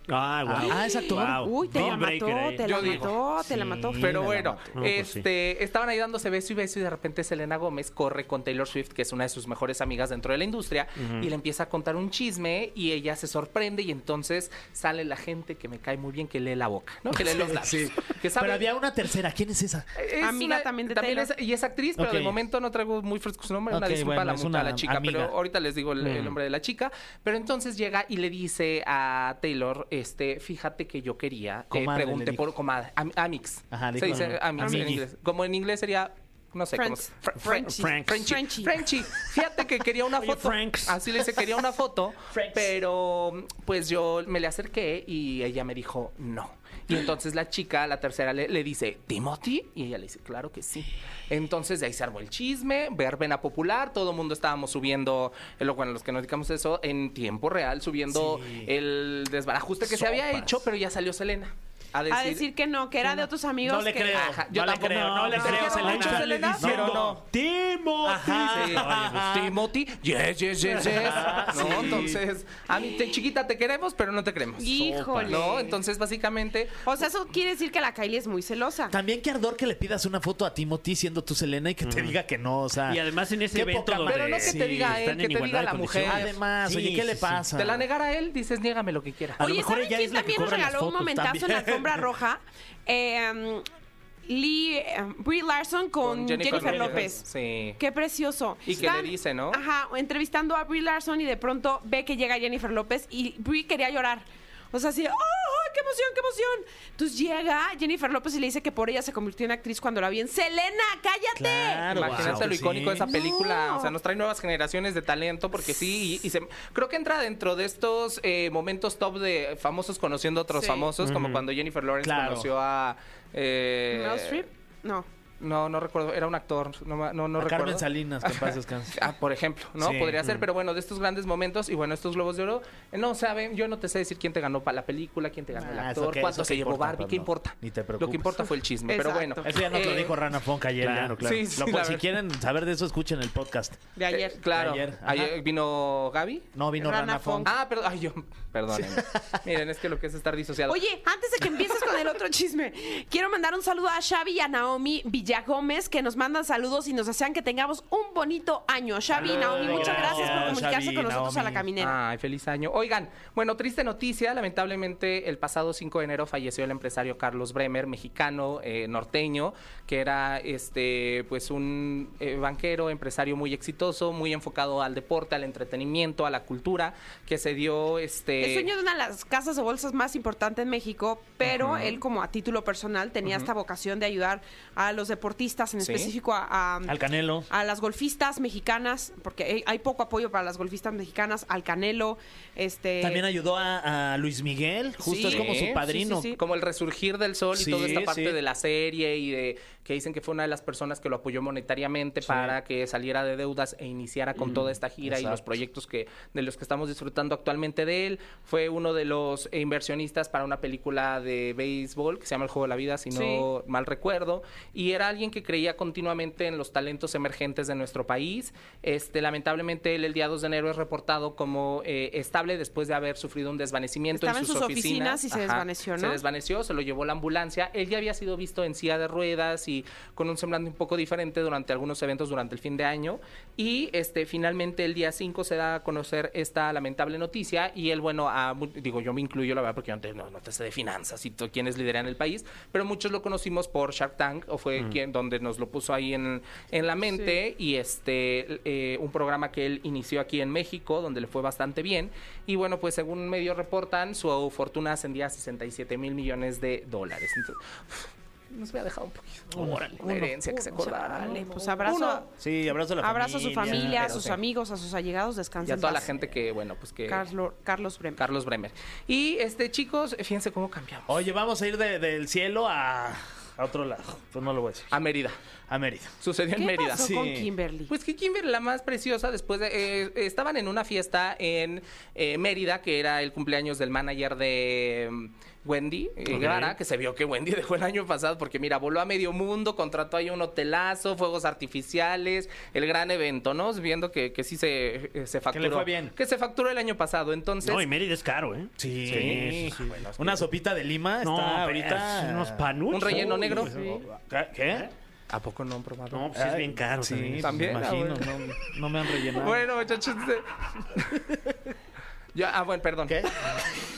Speaker 3: Ah, wow.
Speaker 9: Ah, es actor.
Speaker 3: Guau.
Speaker 2: Uy, te la
Speaker 3: Deal breaker
Speaker 2: mató,
Speaker 3: ahí.
Speaker 2: te la
Speaker 10: Yo digo.
Speaker 2: mató, te la mató.
Speaker 9: Sí.
Speaker 10: Pero
Speaker 9: la
Speaker 10: bueno,
Speaker 9: mató.
Speaker 3: No, pues sí.
Speaker 10: este, estaban ahí dándose beso y beso y de repente Selena Gómez corre con Taylor Swift, que es una de sus mejores amigas dentro de la industria, y le empieza a contar un chisme y ella se sorprende y entonces sale la gente que me cae muy bien que lee la boca, ¿no? Que lee
Speaker 9: [laughs]
Speaker 10: los labios. Que sabe-
Speaker 9: Pero había una tercera. ¿Quién es esa?
Speaker 10: Es
Speaker 2: Amiga también de Taylor.
Speaker 10: es- y es actriz, pero
Speaker 9: Ok.
Speaker 10: de momento no traigo muy fresco su nombre. una
Speaker 9: Ok,
Speaker 10: disculpa a,
Speaker 9: bueno,
Speaker 10: la,
Speaker 9: es
Speaker 10: mu-
Speaker 9: una
Speaker 10: a la chica,
Speaker 9: amiga. Mm.
Speaker 10: pero ahorita les digo el, el nombre de la chica. Pero entonces llega y le dice a Taylor, este, fíjate que yo quería, te
Speaker 9: Comadre, le
Speaker 10: pregunté
Speaker 9: dijo.
Speaker 10: por comadre, am- Amix.
Speaker 9: Ajá,
Speaker 10: Se
Speaker 9: dijo,
Speaker 10: dice
Speaker 9: ajá.
Speaker 10: Amix en
Speaker 9: Amigui.
Speaker 10: inglés. Como en inglés sería, no sé,
Speaker 2: Friends.
Speaker 10: como- Fr-
Speaker 2: Friends.
Speaker 10: French.
Speaker 2: Frenchie.
Speaker 10: Frenchie. Frenchie. Fíjate que quería una
Speaker 3: Oye,
Speaker 10: foto. Ah,
Speaker 3: Franks.
Speaker 10: Así le dice, quería una foto,
Speaker 3: Franks.
Speaker 10: pero pues yo me le acerqué y ella me dijo no. Y entonces la chica, la tercera, le, le dice, ¿Timothy? Y ella le dice, claro que sí. Entonces de ahí se armó el chisme, verbena popular, todo el mundo estábamos subiendo, eh, lo- bueno, los que nos dedicamos a eso, en tiempo real, subiendo el desbarajuste que se había
Speaker 9: Sopas.
Speaker 10: hecho, pero ya salió Selena.
Speaker 2: A decir que no, que era de otros amigos.
Speaker 9: No le
Speaker 2: que- Ah,
Speaker 9: creo.
Speaker 10: Ajá, yo
Speaker 9: no le
Speaker 10: tampoco.
Speaker 9: creo, no,
Speaker 10: No,
Speaker 9: le
Speaker 10: no,
Speaker 9: creo,
Speaker 10: no,
Speaker 9: Selena.
Speaker 10: no,
Speaker 9: Pero
Speaker 10: Selena, pero no.
Speaker 3: ¡Timo!
Speaker 10: Ajá.
Speaker 3: Sí. Oye, pues,
Speaker 10: Timothy, yes, yes, yes, yes.
Speaker 9: Ah,
Speaker 10: [laughs] No,
Speaker 9: sí.
Speaker 10: entonces, a mí, te, chiquita, te queremos, pero no te creemos.
Speaker 2: Híjole.
Speaker 10: No, entonces, básicamente,
Speaker 2: O sea, eso quiere decir que la Kylie es muy celosa.
Speaker 9: También qué ardor que le pidas una foto a Timothy siendo tú Selena y que
Speaker 10: Mm.
Speaker 9: te diga que no, o
Speaker 4: Ah,
Speaker 9: sea.
Speaker 3: Y además en ese
Speaker 9: qué
Speaker 3: evento
Speaker 9: poca
Speaker 3: donde-
Speaker 9: madre.
Speaker 10: pero no que
Speaker 3: Sí,
Speaker 10: te diga él,
Speaker 3: están
Speaker 10: que
Speaker 3: en
Speaker 10: te diga
Speaker 3: igualdad
Speaker 10: la
Speaker 3: de
Speaker 10: mujer.
Speaker 3: condiciones.
Speaker 9: Además,
Speaker 3: Sí,
Speaker 9: oye, ¿qué le
Speaker 3: sí, sí.
Speaker 9: pasa?
Speaker 10: Te la negara él, dices, niégame lo que quiera.
Speaker 3: A lo
Speaker 2: Oye,
Speaker 3: mejor
Speaker 2: ¿saben
Speaker 3: ella
Speaker 2: quién
Speaker 3: es la que
Speaker 2: también nos
Speaker 3: cobra las
Speaker 2: regaló un
Speaker 3: fotos
Speaker 2: momentazo en la
Speaker 3: también?
Speaker 2: alfombra
Speaker 3: [laughs]
Speaker 2: roja? Eh, Lee, eh, Brie Larson con, Jennifer, López.
Speaker 10: Sí.
Speaker 2: Qué precioso.
Speaker 10: Y que le dice, ¿no?
Speaker 2: Ajá, entrevistando a Brie Larson y de pronto ve que llega Jennifer López y Brie quería llorar. O sea, así, ¡oh, oh, qué emoción, qué emoción! Entonces llega Jennifer López y le dice que por ella se convirtió en actriz cuando la vi en Selena, cállate.
Speaker 9: Claro,
Speaker 10: Imagínate
Speaker 9: wow,
Speaker 10: lo icónico de
Speaker 9: sí.
Speaker 10: esa película.
Speaker 2: No.
Speaker 10: O sea, nos trae nuevas generaciones de talento porque sí. Y, y se- creo que entra dentro de estos eh, momentos top de famosos conociendo a otros
Speaker 2: Sí.
Speaker 10: famosos, como cuando Jennifer Lawrence
Speaker 9: Claro.
Speaker 10: conoció a. eh,
Speaker 2: Meryl Streep, no.
Speaker 10: No, no recuerdo. Era un actor. No, ma- no, no
Speaker 9: A
Speaker 10: recuerdo.
Speaker 9: Carmen Salinas, que en paz descanse.
Speaker 10: Ah, por ejemplo, ¿no?
Speaker 9: Sí. Mm.
Speaker 10: Podría ser, pero bueno, de estos grandes momentos y bueno, estos globos de oro, eh, no saben, yo no te sé decir quién te ganó para la película, quién te ganó el
Speaker 9: Ah, eso
Speaker 10: actor,
Speaker 9: qué-
Speaker 10: cuánto
Speaker 9: eso
Speaker 10: se
Speaker 9: qué
Speaker 10: llevó
Speaker 9: importa,
Speaker 10: Barbie, ¿qué
Speaker 9: Pablo.
Speaker 10: importa?
Speaker 9: Ni te
Speaker 10: Lo que
Speaker 9: preocupes.
Speaker 10: importa fue el chisme, pero bueno.
Speaker 2: Exacto.
Speaker 9: Eso ya nos lo
Speaker 10: eh,
Speaker 9: dijo Rana Fonca ayer.
Speaker 3: Claro,
Speaker 9: ya.
Speaker 3: claro.
Speaker 10: Sí, sí,
Speaker 9: Lo-
Speaker 10: la
Speaker 9: si
Speaker 10: verdad.
Speaker 9: quieren saber de eso, escuchen el podcast.
Speaker 2: De ayer.
Speaker 10: Eh, claro.
Speaker 9: De ayer,
Speaker 10: Ayer,
Speaker 9: ajá.
Speaker 10: vino Gaby.
Speaker 9: No vino
Speaker 2: Rana
Speaker 9: Rana, Fonca.
Speaker 10: Ah, perdón. Ay, yo. Perdónenme.
Speaker 9: [laughs]
Speaker 10: Miren, es que lo que es estar disociado.
Speaker 2: Oye, antes de que empieces con el otro chisme, quiero mandar un saludo a Xavi y a Naomi Villagómez que nos mandan saludos y nos hacían que tengamos un bonito año. Xavi y Naomi, muchas gracias por
Speaker 9: gracias,
Speaker 2: comunicarse
Speaker 9: Xavi,
Speaker 2: con nosotros a la
Speaker 9: Naomi.
Speaker 2: caminera.
Speaker 10: Ay, feliz año. Oigan, bueno, triste noticia. Lamentablemente, el pasado 5 de enero falleció el empresario Carlos Bremer, mexicano, eh, norteño, que era este, pues un eh, banquero, empresario muy exitoso, muy enfocado al deporte, al entretenimiento, a la cultura, que se dio este.
Speaker 2: Es dueño de una de las casas de bolsas más importantes en México, pero él como a título personal tenía esta vocación de ayudar a los deportistas, en
Speaker 10: Sí.
Speaker 2: específico a, a-
Speaker 9: Al Canelo.
Speaker 2: a las golfistas mexicanas, porque hay- hay poco apoyo para las golfistas mexicanas, al Canelo, este...
Speaker 9: También ayudó a, a Luis Miguel, justo
Speaker 10: Sí.
Speaker 9: es como
Speaker 10: Sí, sí,
Speaker 9: su padrino.
Speaker 2: sí.
Speaker 10: Como el resurgir del sol
Speaker 9: Sí,
Speaker 10: y toda esta parte
Speaker 9: sí.
Speaker 10: de la serie y de que dicen que fue una de las personas que lo apoyó monetariamente para que saliera de deudas e iniciara con toda esta gira y los
Speaker 9: Mm, exacto.
Speaker 10: proyectos que de los que estamos disfrutando actualmente de él. Fue uno de los inversionistas para una película de béisbol que se llama El juego de la vida, si no mal recuerdo, y era alguien que creía continuamente en los talentos emergentes de nuestro país. Este, lamentablemente él el día 2 de enero es reportado como eh, estable después de haber sufrido un desvanecimiento
Speaker 2: Estaba
Speaker 10: en
Speaker 2: en
Speaker 10: sus,
Speaker 2: sus oficinas y se desvaneció,
Speaker 10: Se
Speaker 2: ¿no?
Speaker 10: desvaneció, se lo llevó la ambulancia. Él ya había sido visto en silla de ruedas y con un semblante un poco diferente durante algunos eventos durante el fin de año. Y este, finalmente el día 5 se da a conocer esta lamentable noticia. Y él, bueno, a mu- digo, yo me incluyo, la verdad, porque yo no te, no, no te sé de finanzas y to- quiénes lideran el país, pero muchos lo conocimos por Shark Tank, o fue quien donde nos lo puso ahí en, en la mente. Y este, eh, un programa que él inició aquí en México, donde le fue bastante bien. Y bueno, pues según medios reportan, su fortuna ascendía a 67 mil millones de dólares. Entonces, nos había dejado un poquito. una herencia que se acordara.
Speaker 2: Dale, pues abrazo.
Speaker 10: Uno.
Speaker 9: Sí, abrazo a la
Speaker 2: Abrazo a su familia, a
Speaker 10: pero
Speaker 2: sus
Speaker 10: sí.
Speaker 2: amigos, a sus allegados, descansen.
Speaker 10: Y a toda
Speaker 2: en
Speaker 10: la
Speaker 2: paz.
Speaker 10: gente que, bueno, pues que.
Speaker 2: Carlo- Carlos Bremer.
Speaker 10: Carlos Bremer. Y este, chicos, fíjense cómo cambiamos.
Speaker 9: Oye, vamos a ir de- del cielo a, a otro lado. Pues no lo voy a decir.
Speaker 10: A Mérida.
Speaker 9: A Mérida.
Speaker 10: Sucedió en
Speaker 2: ¿Qué
Speaker 10: Mérida.
Speaker 2: pasó con Kimberly?
Speaker 10: Pues que Kimberly, la más preciosa, después de, eh, estaban en una fiesta en eh, Mérida, que era el cumpleaños del manager de mm, Wendy eh, Guevara, que se vio que Wendy [laughs] dejó el año pasado, porque mira, voló a medio mundo, contrató ahí un hotelazo, fuegos artificiales, el gran evento, ¿no? Viendo que, que sí se, eh, se facturó.
Speaker 9: fue bien.
Speaker 10: Que se facturó el año pasado, entonces...
Speaker 3: No, y Mérida es caro, ¿eh?
Speaker 9: Sí.
Speaker 3: sí, sí.
Speaker 9: Una sopita de lima está
Speaker 3: No,
Speaker 9: ahorita.
Speaker 3: ahorita unos panuchos. pues,
Speaker 10: Un relleno negro.
Speaker 9: ¿Qué? ¿Qué?
Speaker 10: ¿A poco no han probado?
Speaker 3: No, pues es bien caro.
Speaker 9: Sí,
Speaker 10: También,
Speaker 9: me
Speaker 10: ah,
Speaker 9: imagino.
Speaker 10: bueno.
Speaker 9: No, no me han rellenado.
Speaker 10: Bueno, muchachos. eh, Ya, ah, bueno, perdón.
Speaker 9: ¿Qué?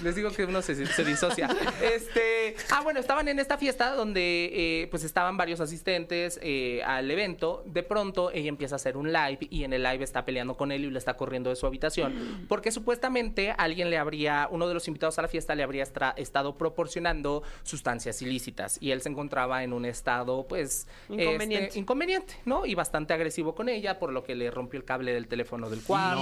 Speaker 10: Les digo que uno se, se disocia. Este, ah, bueno, estaban en esta fiesta donde eh, pues estaban varios asistentes eh, al evento. De pronto ella empieza a hacer un live y en el live está peleando con él y le está corriendo de su habitación. Porque supuestamente alguien le habría, uno de los invitados a la fiesta le habría estra- estado proporcionando sustancias ilícitas. Y él se encontraba en un estado, pues, este,
Speaker 2: Inconveniente.
Speaker 10: inconveniente, ¿no? Y bastante agresivo con ella, por lo que le rompió el cable del teléfono del cuarto.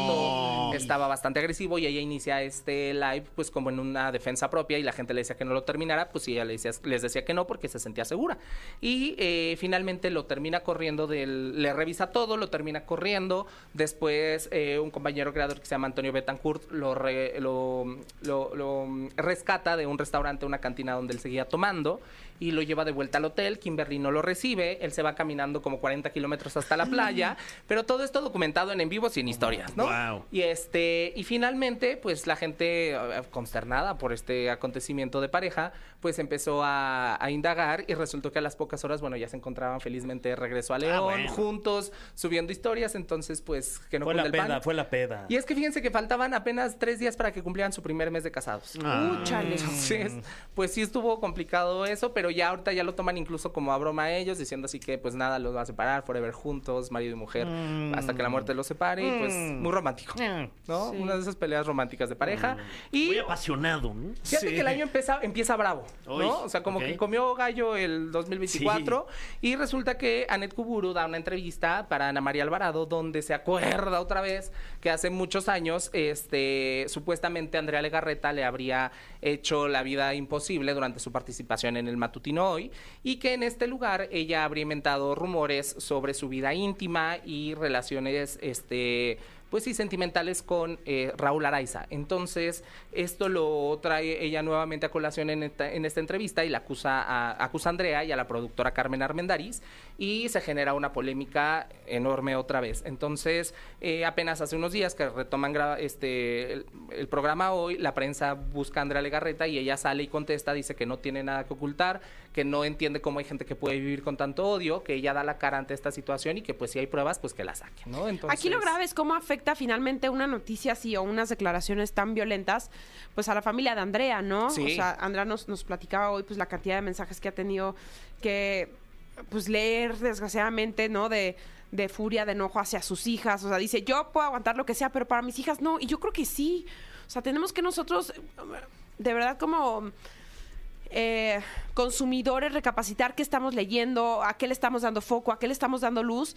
Speaker 10: Estaba bastante agresivo y ella inicia este live, pues como en una defensa propia y la gente le decía que no lo terminara, pues y ella le decía- les decía que no porque se sentía segura. Y eh, finalmente lo termina corriendo del. Le revisa todo, lo termina corriendo. Después, eh, un compañero creador que se llama Antonio Betancourt lo, re- lo, lo- lo, mm, rescata de un restaurante, una cantina donde él seguía tomando y lo lleva de vuelta al hotel. Kimberly no lo recibe. Él se va caminando como 40 kilómetros hasta la playa. Pero todo esto documentado en en vivo sin historias, ¿no?
Speaker 3: Wow.
Speaker 10: Y este, y finalmente, pues la gente eh, consternada por este acontecimiento de pareja, pues empezó a, a indagar y resultó que a las pocas horas, bueno, ya se encontraban felizmente de regreso a León,
Speaker 9: Ah, bueno.
Speaker 10: juntos, subiendo historias, entonces, pues, que no
Speaker 9: fue la
Speaker 10: cunda el pan.
Speaker 9: peda, fue la peda.
Speaker 10: Y es que fíjense que faltaban apenas tres días para que cumplieran su primer mes de casados.
Speaker 2: Uh, chale.
Speaker 10: Entonces, pues sí estuvo complicado eso, pero ya ahorita ya lo toman incluso como a broma ellos, diciendo así que pues nada, los va a separar, forever juntos, marido y mujer, hasta que la muerte los separe, y pues muy romántico, ¿no? Una de esas peleas románticas de pareja. Y
Speaker 3: Muy apasionado. ¿no?
Speaker 10: Fíjate
Speaker 9: Sí.
Speaker 10: que el año empieza, empieza bravo, ¿no?
Speaker 3: Uy,
Speaker 10: o sea, como
Speaker 3: ok.
Speaker 10: que comió gallo el 2024 y resulta que Anet Kuburu da una entrevista para Ana María Alvarado donde se acuerda otra vez que hace muchos años este supuestamente Andrea Legarreta le habría hecho la vida imposible durante su participación en el matutino hoy y que en este lugar ella habría inventado rumores sobre su vida íntima y relaciones este pues sí, sentimentales con eh, Raúl Araiza. Entonces, esto lo trae ella nuevamente a colación en esta, en esta entrevista y la acusa a, acusa a Andrea y a la productora Carmen Armendariz y se genera una polémica enorme otra vez. Entonces, eh, apenas hace unos días que retoman gra- este, el, el programa hoy, la prensa busca a Andrea Legarreta y ella sale y contesta, dice que no tiene nada que ocultar, que no entiende cómo hay gente que puede vivir con tanto odio, que ella da la cara ante esta situación y que pues si hay pruebas, pues que la saquen, ¿no? Entonces...
Speaker 2: Aquí lo grave es cómo afecta finalmente una noticia así o unas declaraciones tan violentas, pues a la familia de Andrea, ¿no?
Speaker 10: Sí.
Speaker 2: O sea, Andrea nos, nos platicaba hoy pues la cantidad de mensajes que ha tenido que pues leer desgraciadamente, ¿no? De, de furia, de enojo hacia sus hijas. O sea, dice, yo puedo aguantar lo que sea, pero para mis hijas no. Y yo creo que sí. O sea, tenemos que nosotros, eh, de verdad, como eh, consumidores recapacitar qué estamos leyendo, a qué le estamos dando foco, a qué le estamos dando luz.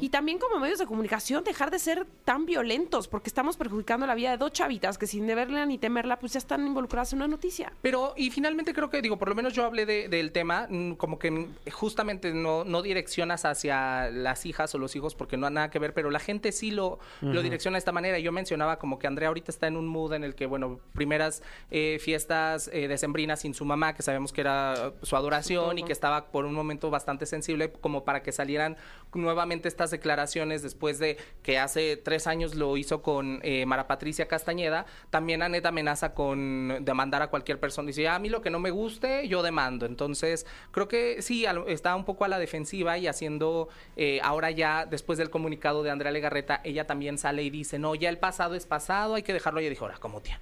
Speaker 2: Y también como medios de comunicación dejar de ser tan violentos porque estamos perjudicando la vida de dos chavitas que sin deberla ni temerla pues ya están involucradas en una noticia.
Speaker 10: Pero, y finalmente creo que, digo, por lo menos yo hablé de- del tema, mm, como que mm, justamente no, no direccionas hacia las hijas o los hijos porque no ha nada que ver, pero la gente sí lo, lo direcciona de esta manera. Yo mencionaba como que Andrea ahorita está en un mood en el que, bueno, primeras eh, fiestas eh, decembrinas sin su mamá, que sabemos que era eh, su adoración y que estaba por un momento bastante sensible, como para que salieran nuevamente estas declaraciones después de que hace tres años lo hizo con eh, Mara Patricia Castañeda, también Anet amenaza con demandar a cualquier persona. Dice, "Ah, a mí lo que no me guste, yo demando. Entonces, creo que sí, a lo- está un poco a la defensiva y haciendo, eh, ahora ya, después del comunicado de Andrea Legarreta, ella también sale y dice, no, ya el pasado es pasado, hay que dejarlo. Ella dijo, ahora, como tía?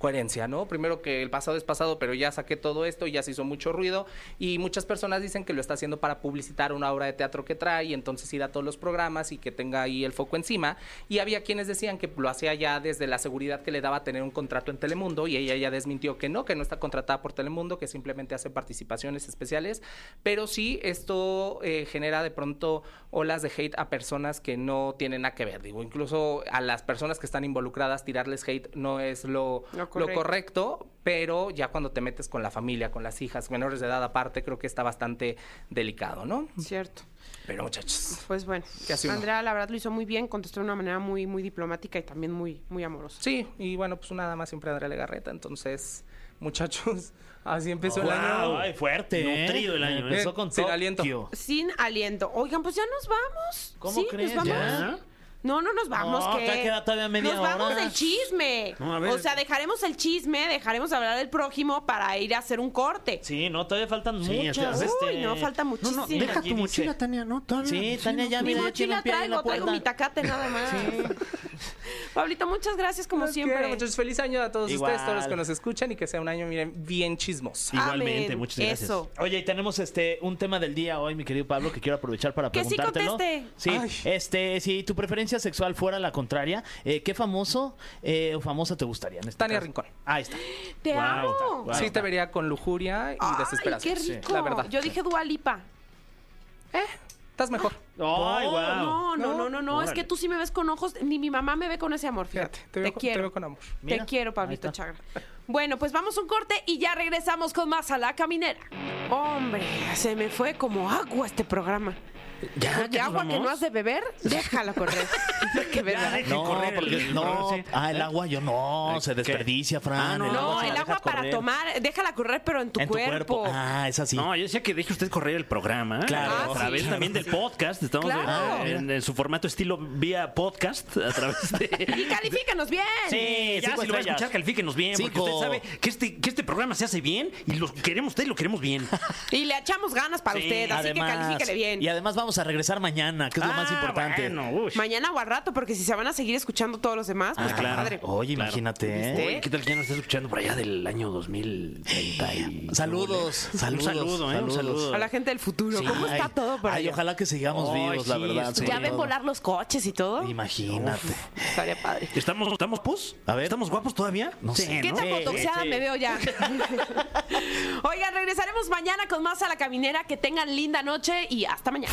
Speaker 10: coherencia, ¿no? Primero que el pasado es pasado, pero ya saqué todo esto y ya se hizo mucho ruido y muchas personas dicen que lo está haciendo para publicitar una obra de teatro que trae y entonces ir a todos los programas y que tenga ahí el foco encima y había quienes decían que lo hacía ya desde la seguridad que le daba tener un contrato en Telemundo y ella ya desmintió que no, que no está contratada por Telemundo, que simplemente hace participaciones especiales, pero sí esto eh, genera de pronto olas de hate a personas que no tienen nada que ver, digo, incluso a las personas que están involucradas tirarles hate no es lo
Speaker 2: Lo
Speaker 10: lo
Speaker 2: correcto.
Speaker 10: correcto. pero ya cuando te metes con la familia, con las hijas, menores de edad aparte, creo que está bastante delicado, ¿no?
Speaker 2: Cierto.
Speaker 10: Pero muchachos.
Speaker 2: Pues bueno,
Speaker 10: ¿Qué hace uno?
Speaker 2: Andrea la verdad lo hizo muy bien, contestó de una manera muy muy diplomática y también muy muy amorosa.
Speaker 10: Sí, y bueno, pues una dama siempre Andrea Legarreta, entonces, muchachos, [laughs] así empezó el
Speaker 9: Guau,
Speaker 10: año.
Speaker 9: ay, fuerte. ¿eh?
Speaker 3: Nutrido el año, ¿eh?
Speaker 9: Empezó con
Speaker 10: Sin aliento.
Speaker 9: Tokio.
Speaker 2: Sin aliento. Oigan, pues ya nos vamos.
Speaker 9: ¿Cómo
Speaker 2: Sí,
Speaker 9: crees?
Speaker 2: Nos vamos.
Speaker 9: ¿Ya?
Speaker 2: No, no nos vamos.
Speaker 9: No,
Speaker 2: ¿qué?
Speaker 9: todavía queda todavía media
Speaker 2: Nos vamos
Speaker 9: hora.
Speaker 2: del chisme.
Speaker 3: No, a ver.
Speaker 2: O sea, dejaremos el chisme, dejaremos hablar del prójimo para ir a hacer un corte.
Speaker 9: Sí, no, todavía faltan
Speaker 3: Sí,
Speaker 9: muchas.
Speaker 3: este-
Speaker 9: este-
Speaker 2: Uy, no, falta
Speaker 6: No,
Speaker 2: muchísimo.
Speaker 6: no, deja
Speaker 9: aquí
Speaker 6: tu
Speaker 9: dice.
Speaker 6: mochila, Tania, ¿no? Todavía
Speaker 9: Sí, Tania, ya
Speaker 2: Mi
Speaker 9: mira, ya tiene
Speaker 2: mochila
Speaker 9: un pie ahí en la [laughs]
Speaker 2: traigo, traigo
Speaker 9: puerta.
Speaker 2: mi tacate nada más. Pablito, muchas gracias como
Speaker 10: Los
Speaker 2: siempre.
Speaker 10: quiero, muchachos. Feliz año a todos
Speaker 4: Igual.
Speaker 10: ustedes, todos los que nos escuchan y que sea un año, miren, bien chismoso.
Speaker 3: Igualmente,
Speaker 2: Amén.
Speaker 3: muchas gracias.
Speaker 2: Eso.
Speaker 4: Oye, y tenemos este un tema del día hoy, mi querido Pablo, que quiero aprovechar para
Speaker 2: Que sí
Speaker 4: preguntártelo.
Speaker 2: conteste.
Speaker 4: Sí,
Speaker 10: Ay.
Speaker 4: este, si tu preferencia sexual fuera la contraria, eh, ¿qué famoso eh, o famosa te gustaría? en este
Speaker 10: Tania
Speaker 4: caso?
Speaker 10: Rincón.
Speaker 4: Ahí está.
Speaker 2: Te
Speaker 3: Wow.
Speaker 2: amo.
Speaker 3: Wow.
Speaker 10: Sí, te vería con lujuria y
Speaker 2: Ay, qué
Speaker 10: desesperación. sí,
Speaker 2: rico.
Speaker 10: La verdad.
Speaker 2: Yo dije "Ah, Dualipa.
Speaker 10: Eh, estás mejor.
Speaker 3: Ay,
Speaker 4: Oh,
Speaker 2: no,
Speaker 3: guau.
Speaker 2: no, no,
Speaker 10: No,
Speaker 2: no, no, no. Es que tú sí me ves con ojos, ni mi mamá me ve con ese amor, fíjate.
Speaker 10: Fíjate, te veo,
Speaker 2: te
Speaker 10: con,
Speaker 2: quiero.
Speaker 10: te veo con amor.
Speaker 2: Te
Speaker 4: Mira,
Speaker 2: quiero,
Speaker 4: ahí
Speaker 2: Pablito
Speaker 4: está.
Speaker 2: Chagra. Bueno, pues vamos a un corte y ya regresamos con más a la caminera. Hombre, se me fue como agua este programa. Porque
Speaker 3: ¿Ya? Ah, ¿Ya nos
Speaker 2: agua que
Speaker 3: vamos?
Speaker 2: no has de beber, déjala correr. Porque, ¿verdad?
Speaker 3: deja-
Speaker 4: No,
Speaker 3: correr el-
Speaker 4: porque
Speaker 3: el
Speaker 4: no.
Speaker 3: correr, sí.
Speaker 4: Ah, el agua yo no,
Speaker 3: Ay,
Speaker 4: se
Speaker 3: ¿qué?
Speaker 4: desperdicia, Fran.
Speaker 3: Ah, no,
Speaker 2: No,
Speaker 4: se
Speaker 2: el
Speaker 4: la
Speaker 2: agua
Speaker 4: dejas
Speaker 2: para
Speaker 4: correr.
Speaker 2: tomar, déjala correr, pero en tu,
Speaker 4: en tu cuerpo.
Speaker 2: cuerpo.
Speaker 4: Ah, es así.
Speaker 3: No, yo decía que deje usted correr el programa. ¿eh?
Speaker 4: Claro.
Speaker 3: A
Speaker 4: Ah,
Speaker 3: través
Speaker 4: sí.
Speaker 3: también del podcast. Estamos
Speaker 2: Claro.
Speaker 3: en, en- en su formato estilo vía podcast. A través
Speaker 2: Y
Speaker 3: de.
Speaker 2: califícanos bien.
Speaker 3: Sí, ya
Speaker 4: cinco
Speaker 3: si lo va a
Speaker 4: estrellas.
Speaker 3: escuchar, califíquenos bien.
Speaker 4: Cinco.
Speaker 3: Porque usted sabe que este, que este programa se hace bien y lo queremos usted y lo queremos
Speaker 4: [laughs]
Speaker 3: bien.
Speaker 2: Y le echamos ganas para
Speaker 3: Sí,
Speaker 2: usted, así que califíquele bien.
Speaker 4: Y además vamos a regresar mañana, que es lo más
Speaker 3: Ah,
Speaker 4: importante.
Speaker 3: Bueno, uy.
Speaker 2: Mañana o al rato, porque si se van a seguir escuchando todos los demás, pues
Speaker 3: Ah,
Speaker 2: qué
Speaker 3: claro.
Speaker 2: padre.
Speaker 4: Oye,
Speaker 3: Claro.
Speaker 4: imagínate. ¿eh?
Speaker 2: ¿Viste?
Speaker 3: Uy, ¿Qué tal que ya nos estás escuchando por allá del año
Speaker 4: [laughs]
Speaker 3: 2030? y-
Speaker 4: Saludos,
Speaker 3: Un
Speaker 4: saludos,
Speaker 3: saludo, ¿eh? Un
Speaker 4: saludos.
Speaker 3: saludo.
Speaker 2: A la gente del futuro, ¿cómo está
Speaker 4: Ay,
Speaker 2: todo para
Speaker 4: ay, ojalá que sigamos
Speaker 3: Ay,
Speaker 4: vivos, la
Speaker 3: sí,
Speaker 4: verdad.
Speaker 3: este-
Speaker 4: sobre
Speaker 2: ¿Ya ven
Speaker 4: todo.
Speaker 2: volar los coches y todo?
Speaker 4: Imagínate.
Speaker 2: Estaría padre.
Speaker 3: ¿Estamos, estamos pus?
Speaker 4: A ver.
Speaker 3: ¿Estamos guapos todavía?
Speaker 4: No
Speaker 3: Sí,
Speaker 4: sé.
Speaker 2: ¿Qué tan
Speaker 4: Sí,
Speaker 2: botoxiada
Speaker 4: sí.
Speaker 2: me veo
Speaker 4: [laughs]
Speaker 2: ya? Oigan, regresaremos mañana con más a la caminera. Que tengan linda noche y hasta mañana.